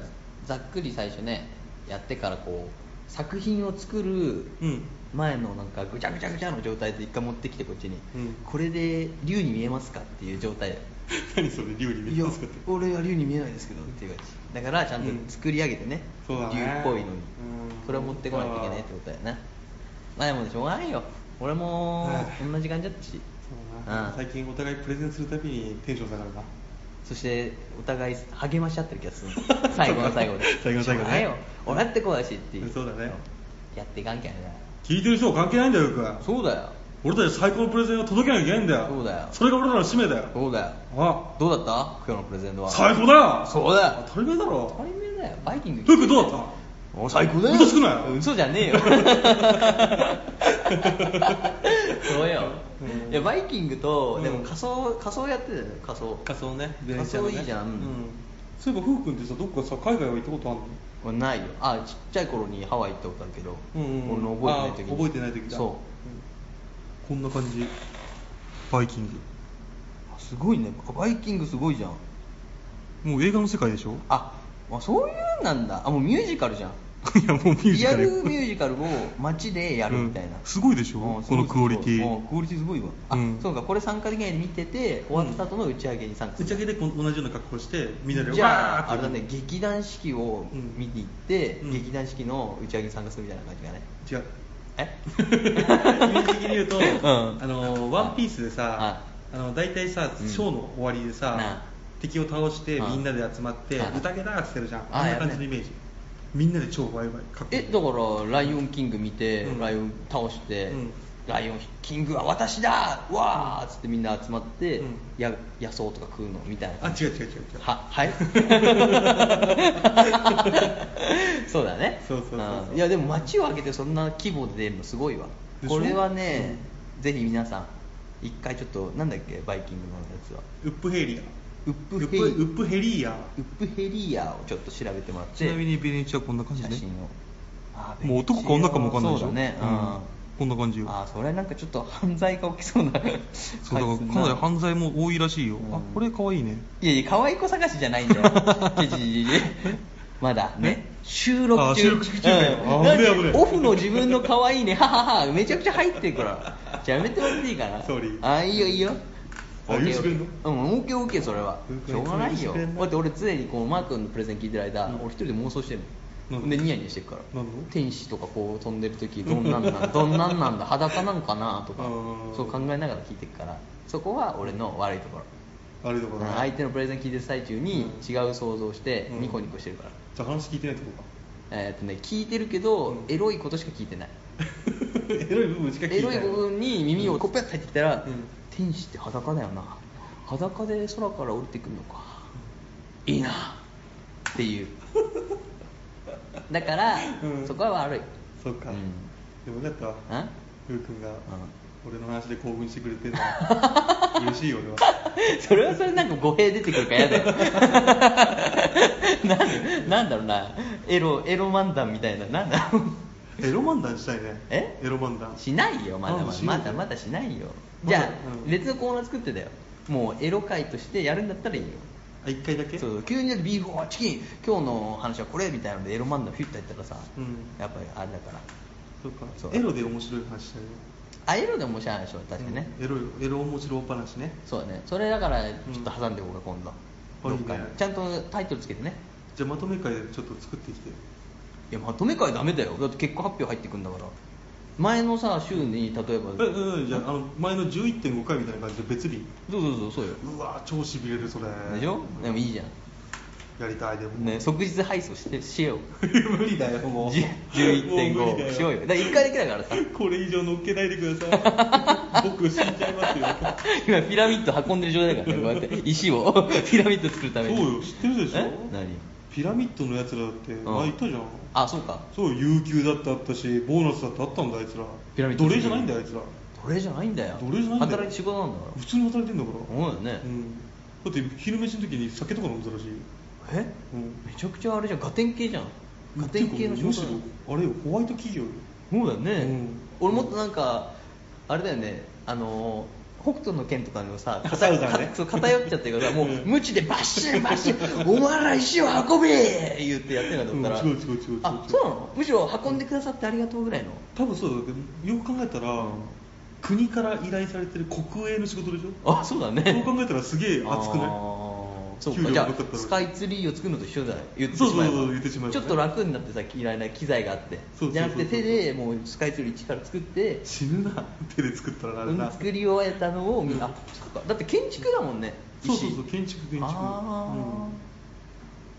S3: ざっくり最初ねやってからこう作品を作る
S1: うん (laughs)
S3: 前のなんかぐちゃぐちゃぐちゃの状態で一回持ってきてこっちに、
S1: うん
S3: これで竜に見えますかっていう状態
S1: 何それ料理
S3: い
S1: で
S3: や
S1: すかって
S3: 俺は竜に見えないですけどっていう感じだからちゃんと作り上げてね、
S1: うんそうだね
S3: 竜っぽいのに、
S1: うん
S3: それを持ってこないといけないってことだよねまあでもねしょうがないよ俺も
S1: はい
S3: 同じ感じだったし
S1: そうだな
S3: うん
S1: 最近お互いプレゼンするたびにテンション下がるな
S3: そしてお互い励まし合ってる気がする最後の最後で
S1: (laughs) 最後の最後ね
S3: しょうがないよ俺だってこうだしっていう
S1: そうだね
S3: やっていかんけんね
S1: 聞いてる人は関係ないんだよよく
S3: そうだよ
S1: 俺たち最高のプレゼンを届けなきゃいけないんだよ
S3: そうだよ
S1: それが俺らの使命だよ
S3: そうだよ
S1: あ
S3: どうだった今日のプレゼントは
S1: 最高だよ
S3: そうだよ
S1: 当たり前だ
S3: 当た
S1: ろ
S3: り前だよバイキング
S1: 福君どうだっ
S3: お最高だよ
S1: 嘘つくなよ
S3: 嘘じゃねえよそうよ、
S1: うん
S3: いやバイキングと、
S1: うん
S3: でも仮装仮装やってたよ仮装
S1: た仮装ね
S3: 仮装いいじゃん、
S1: うんそういえば福君ってさどっかさ海外は行ったことあるの
S3: 俺ないよあちっちゃい頃にハワイ行ったことあるけど、俺の覚えてない時に
S1: あ覚えてない時だ
S3: そ
S1: うんこんな感じバイキン
S3: うあすごいねあバイキングすごいじゃん
S1: グもう映画の世界でしょ (laughs)
S3: ああそういうなんだあもうミュージカルじゃん
S1: いやもうミュージカル
S3: リアルミュージカルを街でやるみたいな、
S1: うんすごいでしょ
S3: うん
S1: このクオリティ
S3: すごいすごいうんクオリティすごいわ、
S1: うん
S3: あそうかこれ参加できないで見てて終わった後の打ち上げに参加す
S1: 打
S3: る
S1: ち上げでこん同じような格好してみんなで
S3: じゃ
S1: わーっ
S3: あ
S1: て
S3: あれだね劇団四季を見に行って、
S1: うん
S3: 劇団四季の打ち上げに参加するみたいな感じ
S1: 違 (laughs) うイ
S3: がねえ
S1: メージ的に言うと、
S3: うん
S1: あのワンピースでさ
S3: は、
S1: あの大体さ、
S3: うん
S1: ショーの終わりでさ、
S3: なあ
S1: 敵を倒して
S3: うん
S1: みんなで集まって
S3: はい
S1: 宴だーってやるじゃん、
S3: あ
S1: あんな感じ
S3: やる
S1: の
S3: ね
S1: イメージ。みんなで超ワイワイかっこいい
S3: えだから「ライオンキング」見て、
S1: うん
S3: ライオン倒して、
S1: うん
S3: ライオンキングは私だわーっつってみんな集まって、
S1: うん
S3: や野草とか食うのみたいな
S1: あ
S3: 感じ
S1: 違う違う違う違う。
S3: ははい (laughs) そうだね
S1: そうそうそうそうん
S3: いやでも街を挙げてそんな規模で出るのすごいわ
S1: でしょ
S3: これはね、ぜひ皆さん一回ちょっとなんだっけバイキングのやつは
S1: ウップヘリア。
S3: ウップヘリ
S1: ウップウップヘリア。
S3: ウップヘリアをちょっと調べてもらって
S1: にベネチアこんな感
S3: 写真をあー
S1: もう男か女かもわかんないでしょ
S3: そうだね、
S1: うんこんな感じ
S3: うん
S1: よ
S3: あーそれなんかちょっと犯罪が起きそうな (laughs)
S1: そうだからかなり犯罪も多いらしいよ、あこれかわいいね
S3: いやいや、可愛い子探しじゃない
S1: (laughs)
S3: んだよ。じじじじまだね。収
S1: あ
S3: 録中。
S1: 収録中だよ
S3: うん
S1: あ危ねえ
S3: だって
S1: 危ねえ
S3: オフの自分の可愛いね、ははは、めちゃくちゃ入ってるから。じゃあやめてもらっていいかな。
S1: Sorry
S3: あ、いいよいいよ。
S1: あ許してくれんの
S3: OK OK うん、オーケーオーケーそれは
S1: うん。
S3: しょうがないよ。
S1: 許してくれんの
S3: だって俺常にこう、マー君のプレゼン聞いてる間、
S1: うん
S3: 俺一人で妄想してる
S1: なん
S3: の。
S1: で
S3: で、ニヤニヤしてるから
S1: なんで。
S3: 天使とかこう飛んでる
S1: (laughs)
S3: 時、どんなんなん、どんなんなんだ、裸なんかなとか
S1: うん、
S3: そう考えながら聞いてるから、そこは俺の悪いところ。
S1: あれだか
S3: うん
S1: ら、
S3: 相手のプレゼン聞いてる最中に
S1: うん
S3: 違う想像してニコニコしてるから、
S1: じゃあ話聞いてないとこか (laughs)
S3: えーっとね聞いてるけど、
S1: うん
S3: エロいことしか聞いてない
S1: エロい部分しか聞い
S3: エ
S1: て
S3: ロ
S1: ない
S3: い部分に耳をこうペッと入ってきたら、
S1: うん
S3: 天使って裸だよな裸で空から降りてくるのかいいなっていうだから、
S1: うん
S3: そこは悪い
S1: そっか、
S3: うん
S1: でもよかったわ
S3: あ
S1: ふうくんが、
S3: ん
S1: 俺の話で興奮してくれてる
S3: (laughs)
S1: の嬉しいよ俺は
S3: それはそれなんか語弊出てくるから嫌
S1: (laughs)
S3: だよなんなんだろうなエロエロ漫談みたいななんだろう
S1: エロ漫談したいね
S3: え
S1: エロ漫談
S3: しないよまだ
S1: なんで
S3: まだ
S1: しな
S3: ま
S1: い
S3: だまだしないよ
S1: ま
S3: じ
S1: だ
S3: ゃあ、
S1: うん
S3: 別のコーナー作ってだよもうエロ会としてやるんだったらいいよ
S1: あ一回だけ
S3: そう急にだってビーフォーチキン今日の話はこれみたいなのでエロ漫談フィッとやったらさ、
S1: うん
S3: やっぱりあれだから
S1: そっか
S3: そう
S1: エロで面白い話したいね
S3: あエロでも面白い話は確かにね、
S1: うんエロいエロ面白い話ね
S3: そうだねそれだからちょっと挟んでおこうか今度、
S1: うん
S3: どっかに
S1: いいね
S3: ちゃんとタイトルつけてね
S1: じゃあまとめ会でちょっと作ってきて
S3: いやまとめ会ダメだよだって結果発表入ってくんだから前のさ週に例えば
S1: えええじゃああの前の11.5回みたいな感じで別に
S3: そうそうそうそうよ
S1: うわー超しびれるそれ
S3: でしょでもいいじゃ
S1: やりたいでも
S3: ん、ね、即日配送してしよう
S1: 無理だよもう
S3: じゅ
S1: もう無理だ
S3: 11.5しようよだ1回だけだからさ
S1: これ以上乗っけないでくだ
S3: (laughs)
S1: さい僕死んじゃいますよ
S3: 今ピラミッド運んでる状態
S1: (laughs)
S3: だからねこうやって石を (laughs) ピラミッド作るために
S1: そうよ知ってるでしょ
S3: え何
S1: ピラミッドのやつらだって
S3: ん
S1: 前いたじゃん、
S3: あそうか
S1: そう有給だってあったしボーナスだってあったんだあいつら
S3: ピラミッド
S1: 奴隷じゃないんだよあいつら
S3: 奴隷じゃないんだよ
S1: 奴隷じゃないんだよ
S3: 働いて仕事なんだから
S1: 普通に働いてんだから
S3: そうだよね、
S1: うん、だって昼飯の時に酒とか飲んでたらしい、う
S3: え
S1: ん、
S3: めちゃくちゃあれじゃんガテン系じゃんガテン系の仕
S1: む
S3: 事
S1: し
S3: だよ
S1: ろあれよホワイト企業よ
S3: そうだよね、
S1: うん
S3: 俺もっとなんかあれだよねあのー北斗の剣とかのさ
S1: 片
S3: 偏
S1: うだね
S3: そう偏っちゃってるからもう無知でバッシュバッシュお前ら石を運べ言ってやってるかと思ったら、
S1: うん違う違う違う違う
S3: あそうなのむしろ運んでくださってありがとうぐらいの
S1: 多分そうだけどよく考えたら、国から依頼されてる国営の仕事でしょ
S3: あそうだね
S1: そう考えたらすげえ熱くない
S3: あーそう
S1: 給料
S3: か
S1: も
S3: じゃ
S1: 良かった
S3: あ
S1: ら
S3: スカイツリーを作るのと一緒だ言ってし
S1: そうそう
S3: まえば
S1: そう言ってしまえばね
S3: ちょっと楽になってさ嫌いな機材があって
S1: そうそうそうそう
S3: じゃなくて手でもうスカイツリー一から作って
S1: 死ぬな手で作ったらなるな、
S3: うん作り終えたのをみんな、あそうかだって建築だもんね
S1: そう
S3: 石
S1: そうそう建築建築
S3: あー、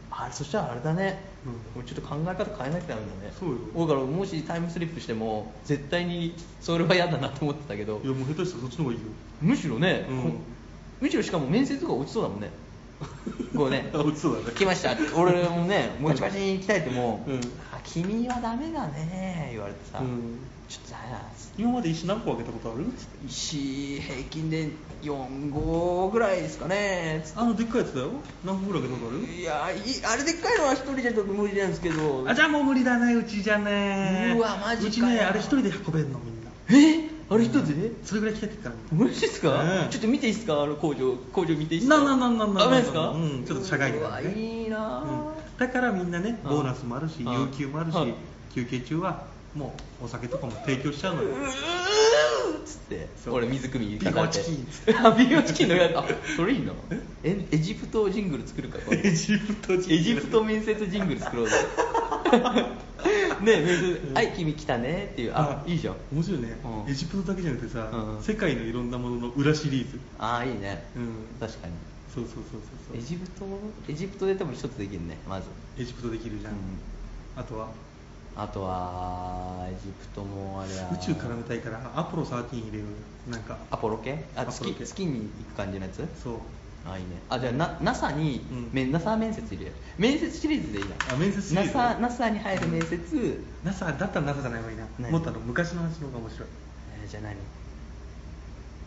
S3: あれそしたらあれだね、
S1: うん
S3: もうちょっと考え方変えなきゃダメだね
S1: そうよ
S3: だからもしタイムスリップしても絶対にそれは嫌だなと思ってたけど
S1: いやもう下手したらそっちの方がいいよ
S3: むしろね、
S1: うん
S3: こむしろしかも面接とか落ちそう
S1: (laughs)
S3: だもんねこうね
S1: あ落ちそうだね
S3: 来ました俺もね
S1: (laughs)
S3: もちまちに行きたいっても、
S1: うん
S3: あ君はダメだね言われてさ、
S1: うん
S3: ちょっとダメだな
S1: 今まで石何個あげたことある
S3: 石平均で45ぐらいですかねつっ
S1: あのでっかいやつだよ何個ぐらいあげたことあ
S3: ていやいあれでっかいのは一人じゃちょっと無理なんですけど
S1: あじゃあもう無理だねうちじゃね
S3: うわマジかよ
S1: うちねあれ一人で運べるのみんな
S3: えあれ一つで、
S1: それぐらい来てってからみんな
S3: マジですか、
S1: うん
S3: ちょっと見ていいですかあの工場工場見ていいですか
S1: なんなんなんなんなん
S3: ダメですか
S1: うんちょっと社外
S3: う
S1: 感
S3: わ
S1: ね
S3: いいなぁ、
S1: うんだからみんなね
S3: うん
S1: ボーナスもあるし
S3: うん
S1: 有給もあるし
S3: うん
S1: 休憩中はもうお酒とかも提供しちゃうのよ
S3: うーっつって
S1: そう
S3: 俺水汲みに行
S1: ビーフォーチキンっつ
S3: ンあ (laughs) ビーフォーチキンのやつあそれいいなえエジプトジングル作るか今度
S1: エジプト人
S3: エジプト面接ジングル作 (laughs) ろうぜね面接「はい君来たね」っていうあいいじゃん
S1: 面白いね
S3: うん
S1: エジプトだけじゃなくてさ
S3: うん
S1: 世界のいろんなものの裏シリーズ
S3: ああいいね
S1: うん
S3: 確かに
S1: そうそうそうそうそう
S3: エジプトエジプトで多分一つできるねまず
S1: エジプトできるじゃん
S3: うん
S1: あとは
S3: あとはエジプトもあれは
S1: 宇宙絡めたいからアポロ13入れようよなんか
S3: アポロ系あ
S1: アポ
S3: 月
S1: ロ系
S3: 月に行く感じのやつ
S1: そう
S3: あいいねあじゃあな NASA に、
S1: うん
S3: め NASA 面接入れる面接シリーズでいいな
S1: あ面接シリーズ
S3: NASA, NASA に入る面接、
S1: NASA だったら NASA じゃない方がいいな
S3: ね
S1: もっとあの昔の話の方が面白い (laughs)
S3: えーじゃあ何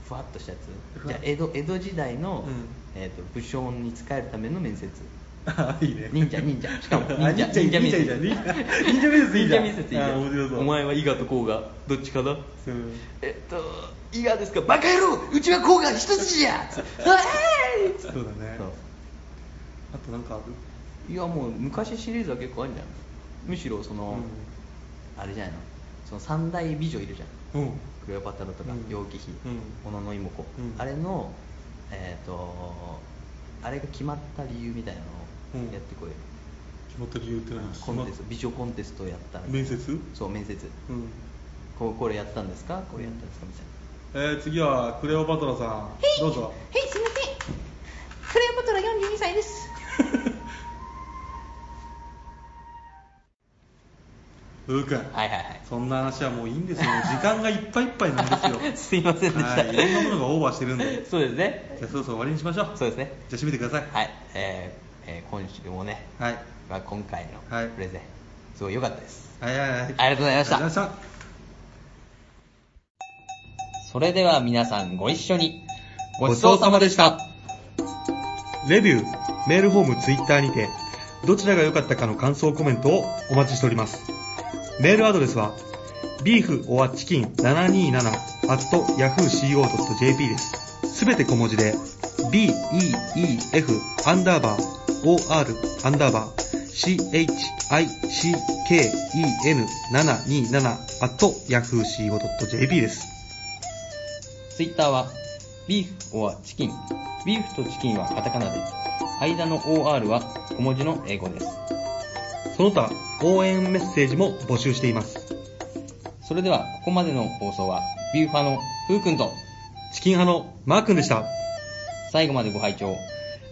S3: ふわっとしたやつ
S1: ふ
S3: じ
S1: わ
S3: ゃ
S1: っ
S3: あ江戸江戸時代の、
S1: うん
S3: えー、と武将に仕えるための
S1: (laughs)
S3: 面接
S1: あいいね
S3: 忍者忍者し
S1: (laughs)
S3: かも忍者
S1: あ忍者
S3: 忍者
S1: 忍
S3: 面
S1: 者いいじ
S3: 接
S1: ゃん忍者忍者面接いいじゃん
S3: 忍者面接いいじゃ
S1: あ
S3: ん
S1: 面白そう
S3: お前は伊賀と甲賀どっちかだ
S1: うん
S3: えっと伊賀ですかバカ野郎うちは甲賀一筋じゃ
S1: (laughs)
S3: つってはーいつ
S1: そ
S3: っ
S1: う
S3: て
S1: だね
S3: そう
S1: あとなんかある
S3: いやもう昔シリーズは結構あるんじゃんむしろその、あれじゃないのその三大美女いるじゃん
S1: うんうん
S3: クレオパトラとか、
S1: うん
S3: 楊貴妃
S1: う
S3: 小野妹子、
S1: うん
S3: あれのえっ、とあれが決まった理由みたいなの
S1: うん
S3: をやってこいよ、
S1: 決まった理由って何
S3: コンテスト美女コンテストをやったみたいな
S1: 面接
S3: そう面接
S1: うん
S3: こうこれやったんですかこれやったんですかみたいな
S1: えー、次はクレオパトラさんどうぞ
S5: はい、すみません。クレオパトラ42歳です。
S1: ふ (laughs) うくん
S3: はいはいはい
S1: そんな話はもういいんですよ時間がいっぱいいっぱいなんですよ
S3: すい (laughs) ませんでした
S1: はいいろんなものがオーバーしてるんで
S3: (laughs) そうですね
S1: じゃあそろそろ終わりにしましょう
S3: そうですね
S1: じゃあ締めてください
S3: はいえーえー今週もね
S1: はい
S3: まあ、今回の
S1: はい
S3: プレゼン、すごい良かったです。
S1: はいはいはい。あり
S3: ありがとうございました。
S1: がとうございまし
S3: それでは皆さんご一緒に。ごちそうさまでした。
S1: た。レビュー、メールフォーム、ツイッターにて、どちらが良かったかの感想コメントをお待ちしております。メールアドレスは、beeforchicken727-yahooco.jp です。すべて小文字で、beef アンダーバー or アンダーバー chicken727-yahooco.jp です。
S3: ツイッターは、ビーフ or チキン。ビーフとチキンはカタカナで、間の OR は小文字の英語です。
S1: その他、応援メッセージも募集しています。
S3: それでは、ここまでの放送は、ビューファのふうくんと、
S1: チキン派のマー君でした。
S3: 最後までご拝聴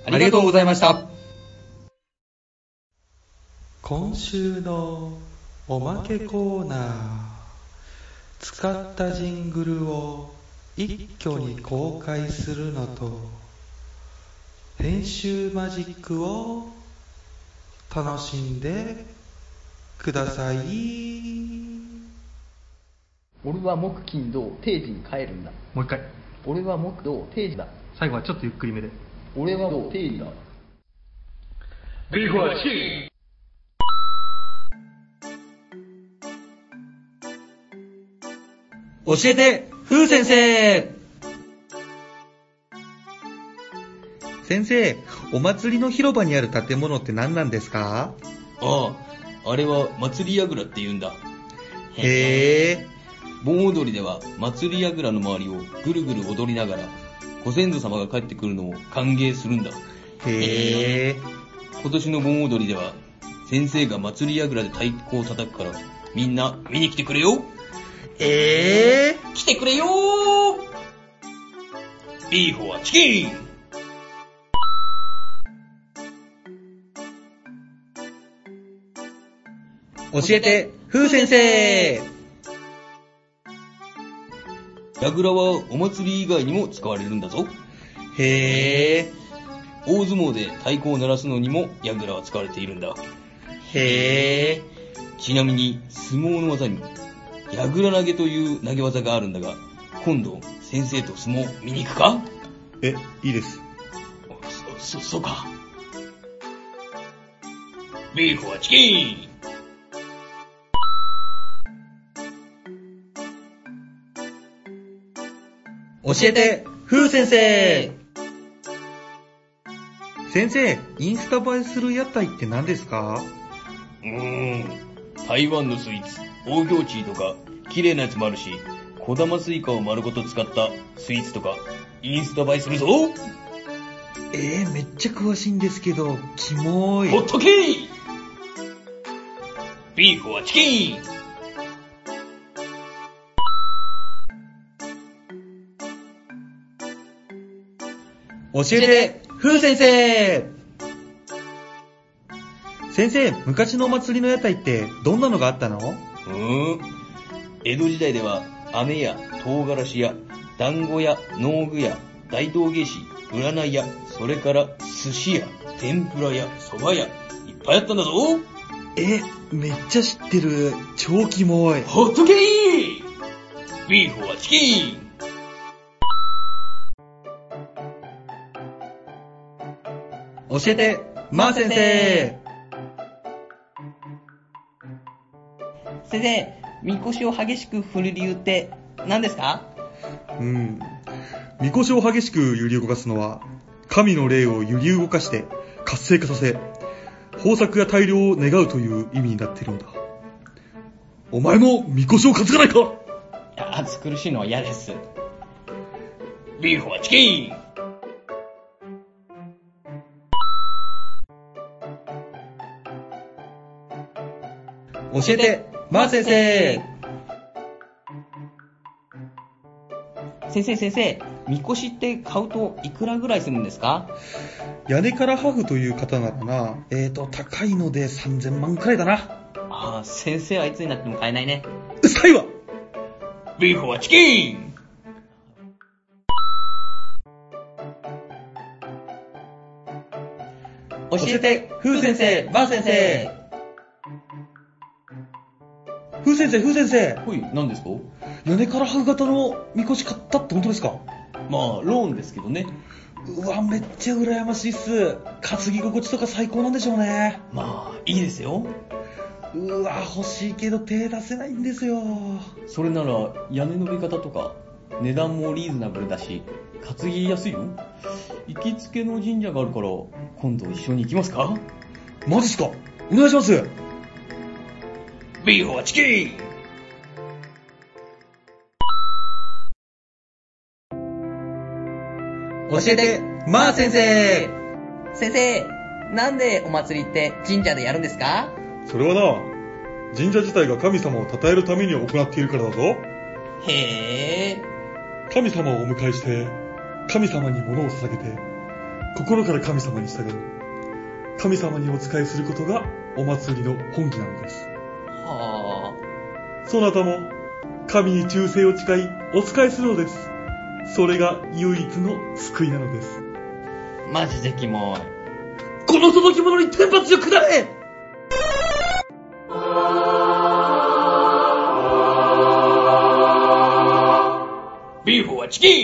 S1: ありがとうございました。
S6: 今週のおまけコーナー使ったジングルを一挙に公開するのと編集マジックを楽しんでください。
S2: 俺は木金土定時に帰るんだ
S1: もう一回。
S2: 俺は木土定時だ
S1: 最後はちょっとゆっくりめで。
S2: 俺は土定時だ
S3: 教えて、ふう先生
S1: 先生、お祭りの広場にある建物って何なんですか
S3: ああ、あれは祭りやぐらって言うんだ。
S1: へえ。
S3: 盆踊りでは祭りやぐらの周りをぐるぐる踊りながら、ご先祖様が帰ってくるのを歓迎するんだ。
S1: へえ。
S3: 今年の盆踊りでは、先生が祭りやぐらで太鼓を叩くから、みんな見に来てくれよ
S1: ええ。
S3: 来てくれよビーフォはチキン
S1: 教えて、ふう先生
S3: やぐらはお祭り以外にも使われるんだぞ。
S1: へえ。
S3: 大相撲で太鼓を鳴らすのにもやぐらは使われているんだ。
S1: へえ。
S3: ちなみに、相撲の技に、やぐら投げという投げ技があるんだが、今度、先生と相撲見に行くか
S1: え、いいです。
S3: そ、そ、そうか。ビーフはチキン
S1: 教えて、ふう先生先生、インスタ映えする屋台って何ですか
S3: うーん。台湾のスイーツ、大行地とか、綺麗なやつもあるし、小玉スイカを丸ごと使ったスイーツとか、インスタ映えするぞほ
S1: えー、めっちゃ詳しいんですけど、キモ
S3: っとけビーフはチキン
S1: 教えて、ふう先生先生、昔のお祭りの屋台ってどんなのがあったの
S3: うーん。江戸時代では、飴や唐辛子や、団子や、農具や、大道芸師、占いや、それから寿司や、天ぷらや、蕎麦や、いっぱいあったんだぞ
S1: え、めっちゃ知ってる。超キモい。
S3: ホットケーキビーフはチキン
S1: 教えて、まー、先生
S3: 先生、みこしを激しく振る理由って何ですか
S1: うん。みこしを激しく揺り動かすのは、神の霊を揺り動かして活性化させ、豊作や大量を願うという意味になっているんだ。お前もみこしを担がないか
S3: 暑苦しいのは嫌です。ビーフはチキン
S1: 教えて、まー、先生
S3: 先生先生、みこしって買うといくらぐらいするんですか
S1: 屋根からハーフという方ならな、えーと、高いので3000万くらいだな。
S3: ああ、先生はいつになっても買えないね。
S1: うっさいわ
S3: ビーフはチキン
S1: 教
S3: 教えて、風先生、バー先生。
S1: 風先生、風先生。
S3: ほい、何ですか
S1: 胸からハグ型のみこし買ったって本当ですか
S3: まあ、ローンですけどね。
S1: うわ、めっちゃ羨ましいっす。担ぎ心地とか最高なんでしょうね。
S3: まあ、いいですよ。
S1: うわ、欲しいけど手出せないんですよ。
S3: それなら、屋根の出方とか、値段もリーズナブルだし、担ぎやすいよ。行きつけの神社があるから、今度一緒に行きますか
S1: マジっすかお願いします。
S4: ビーフォーチキン
S1: 教えて、まー先生
S7: 先生、なんでお祭りって神社でやるんですか
S1: それはな、神社自体が神様を称えるために行っているからだぞ。
S7: へえ。
S1: 神様をお迎えして、神様に物を捧げて、心から神様に従う。神様にお仕えすることがお祭りの本気なのです。
S7: は
S1: そなたも、神に忠誠を誓い、お仕えするのです。それが唯一の救いなのです。
S7: あ。マジでキモい。
S1: この届き物に天罰を下れ
S4: ビーフォーチキン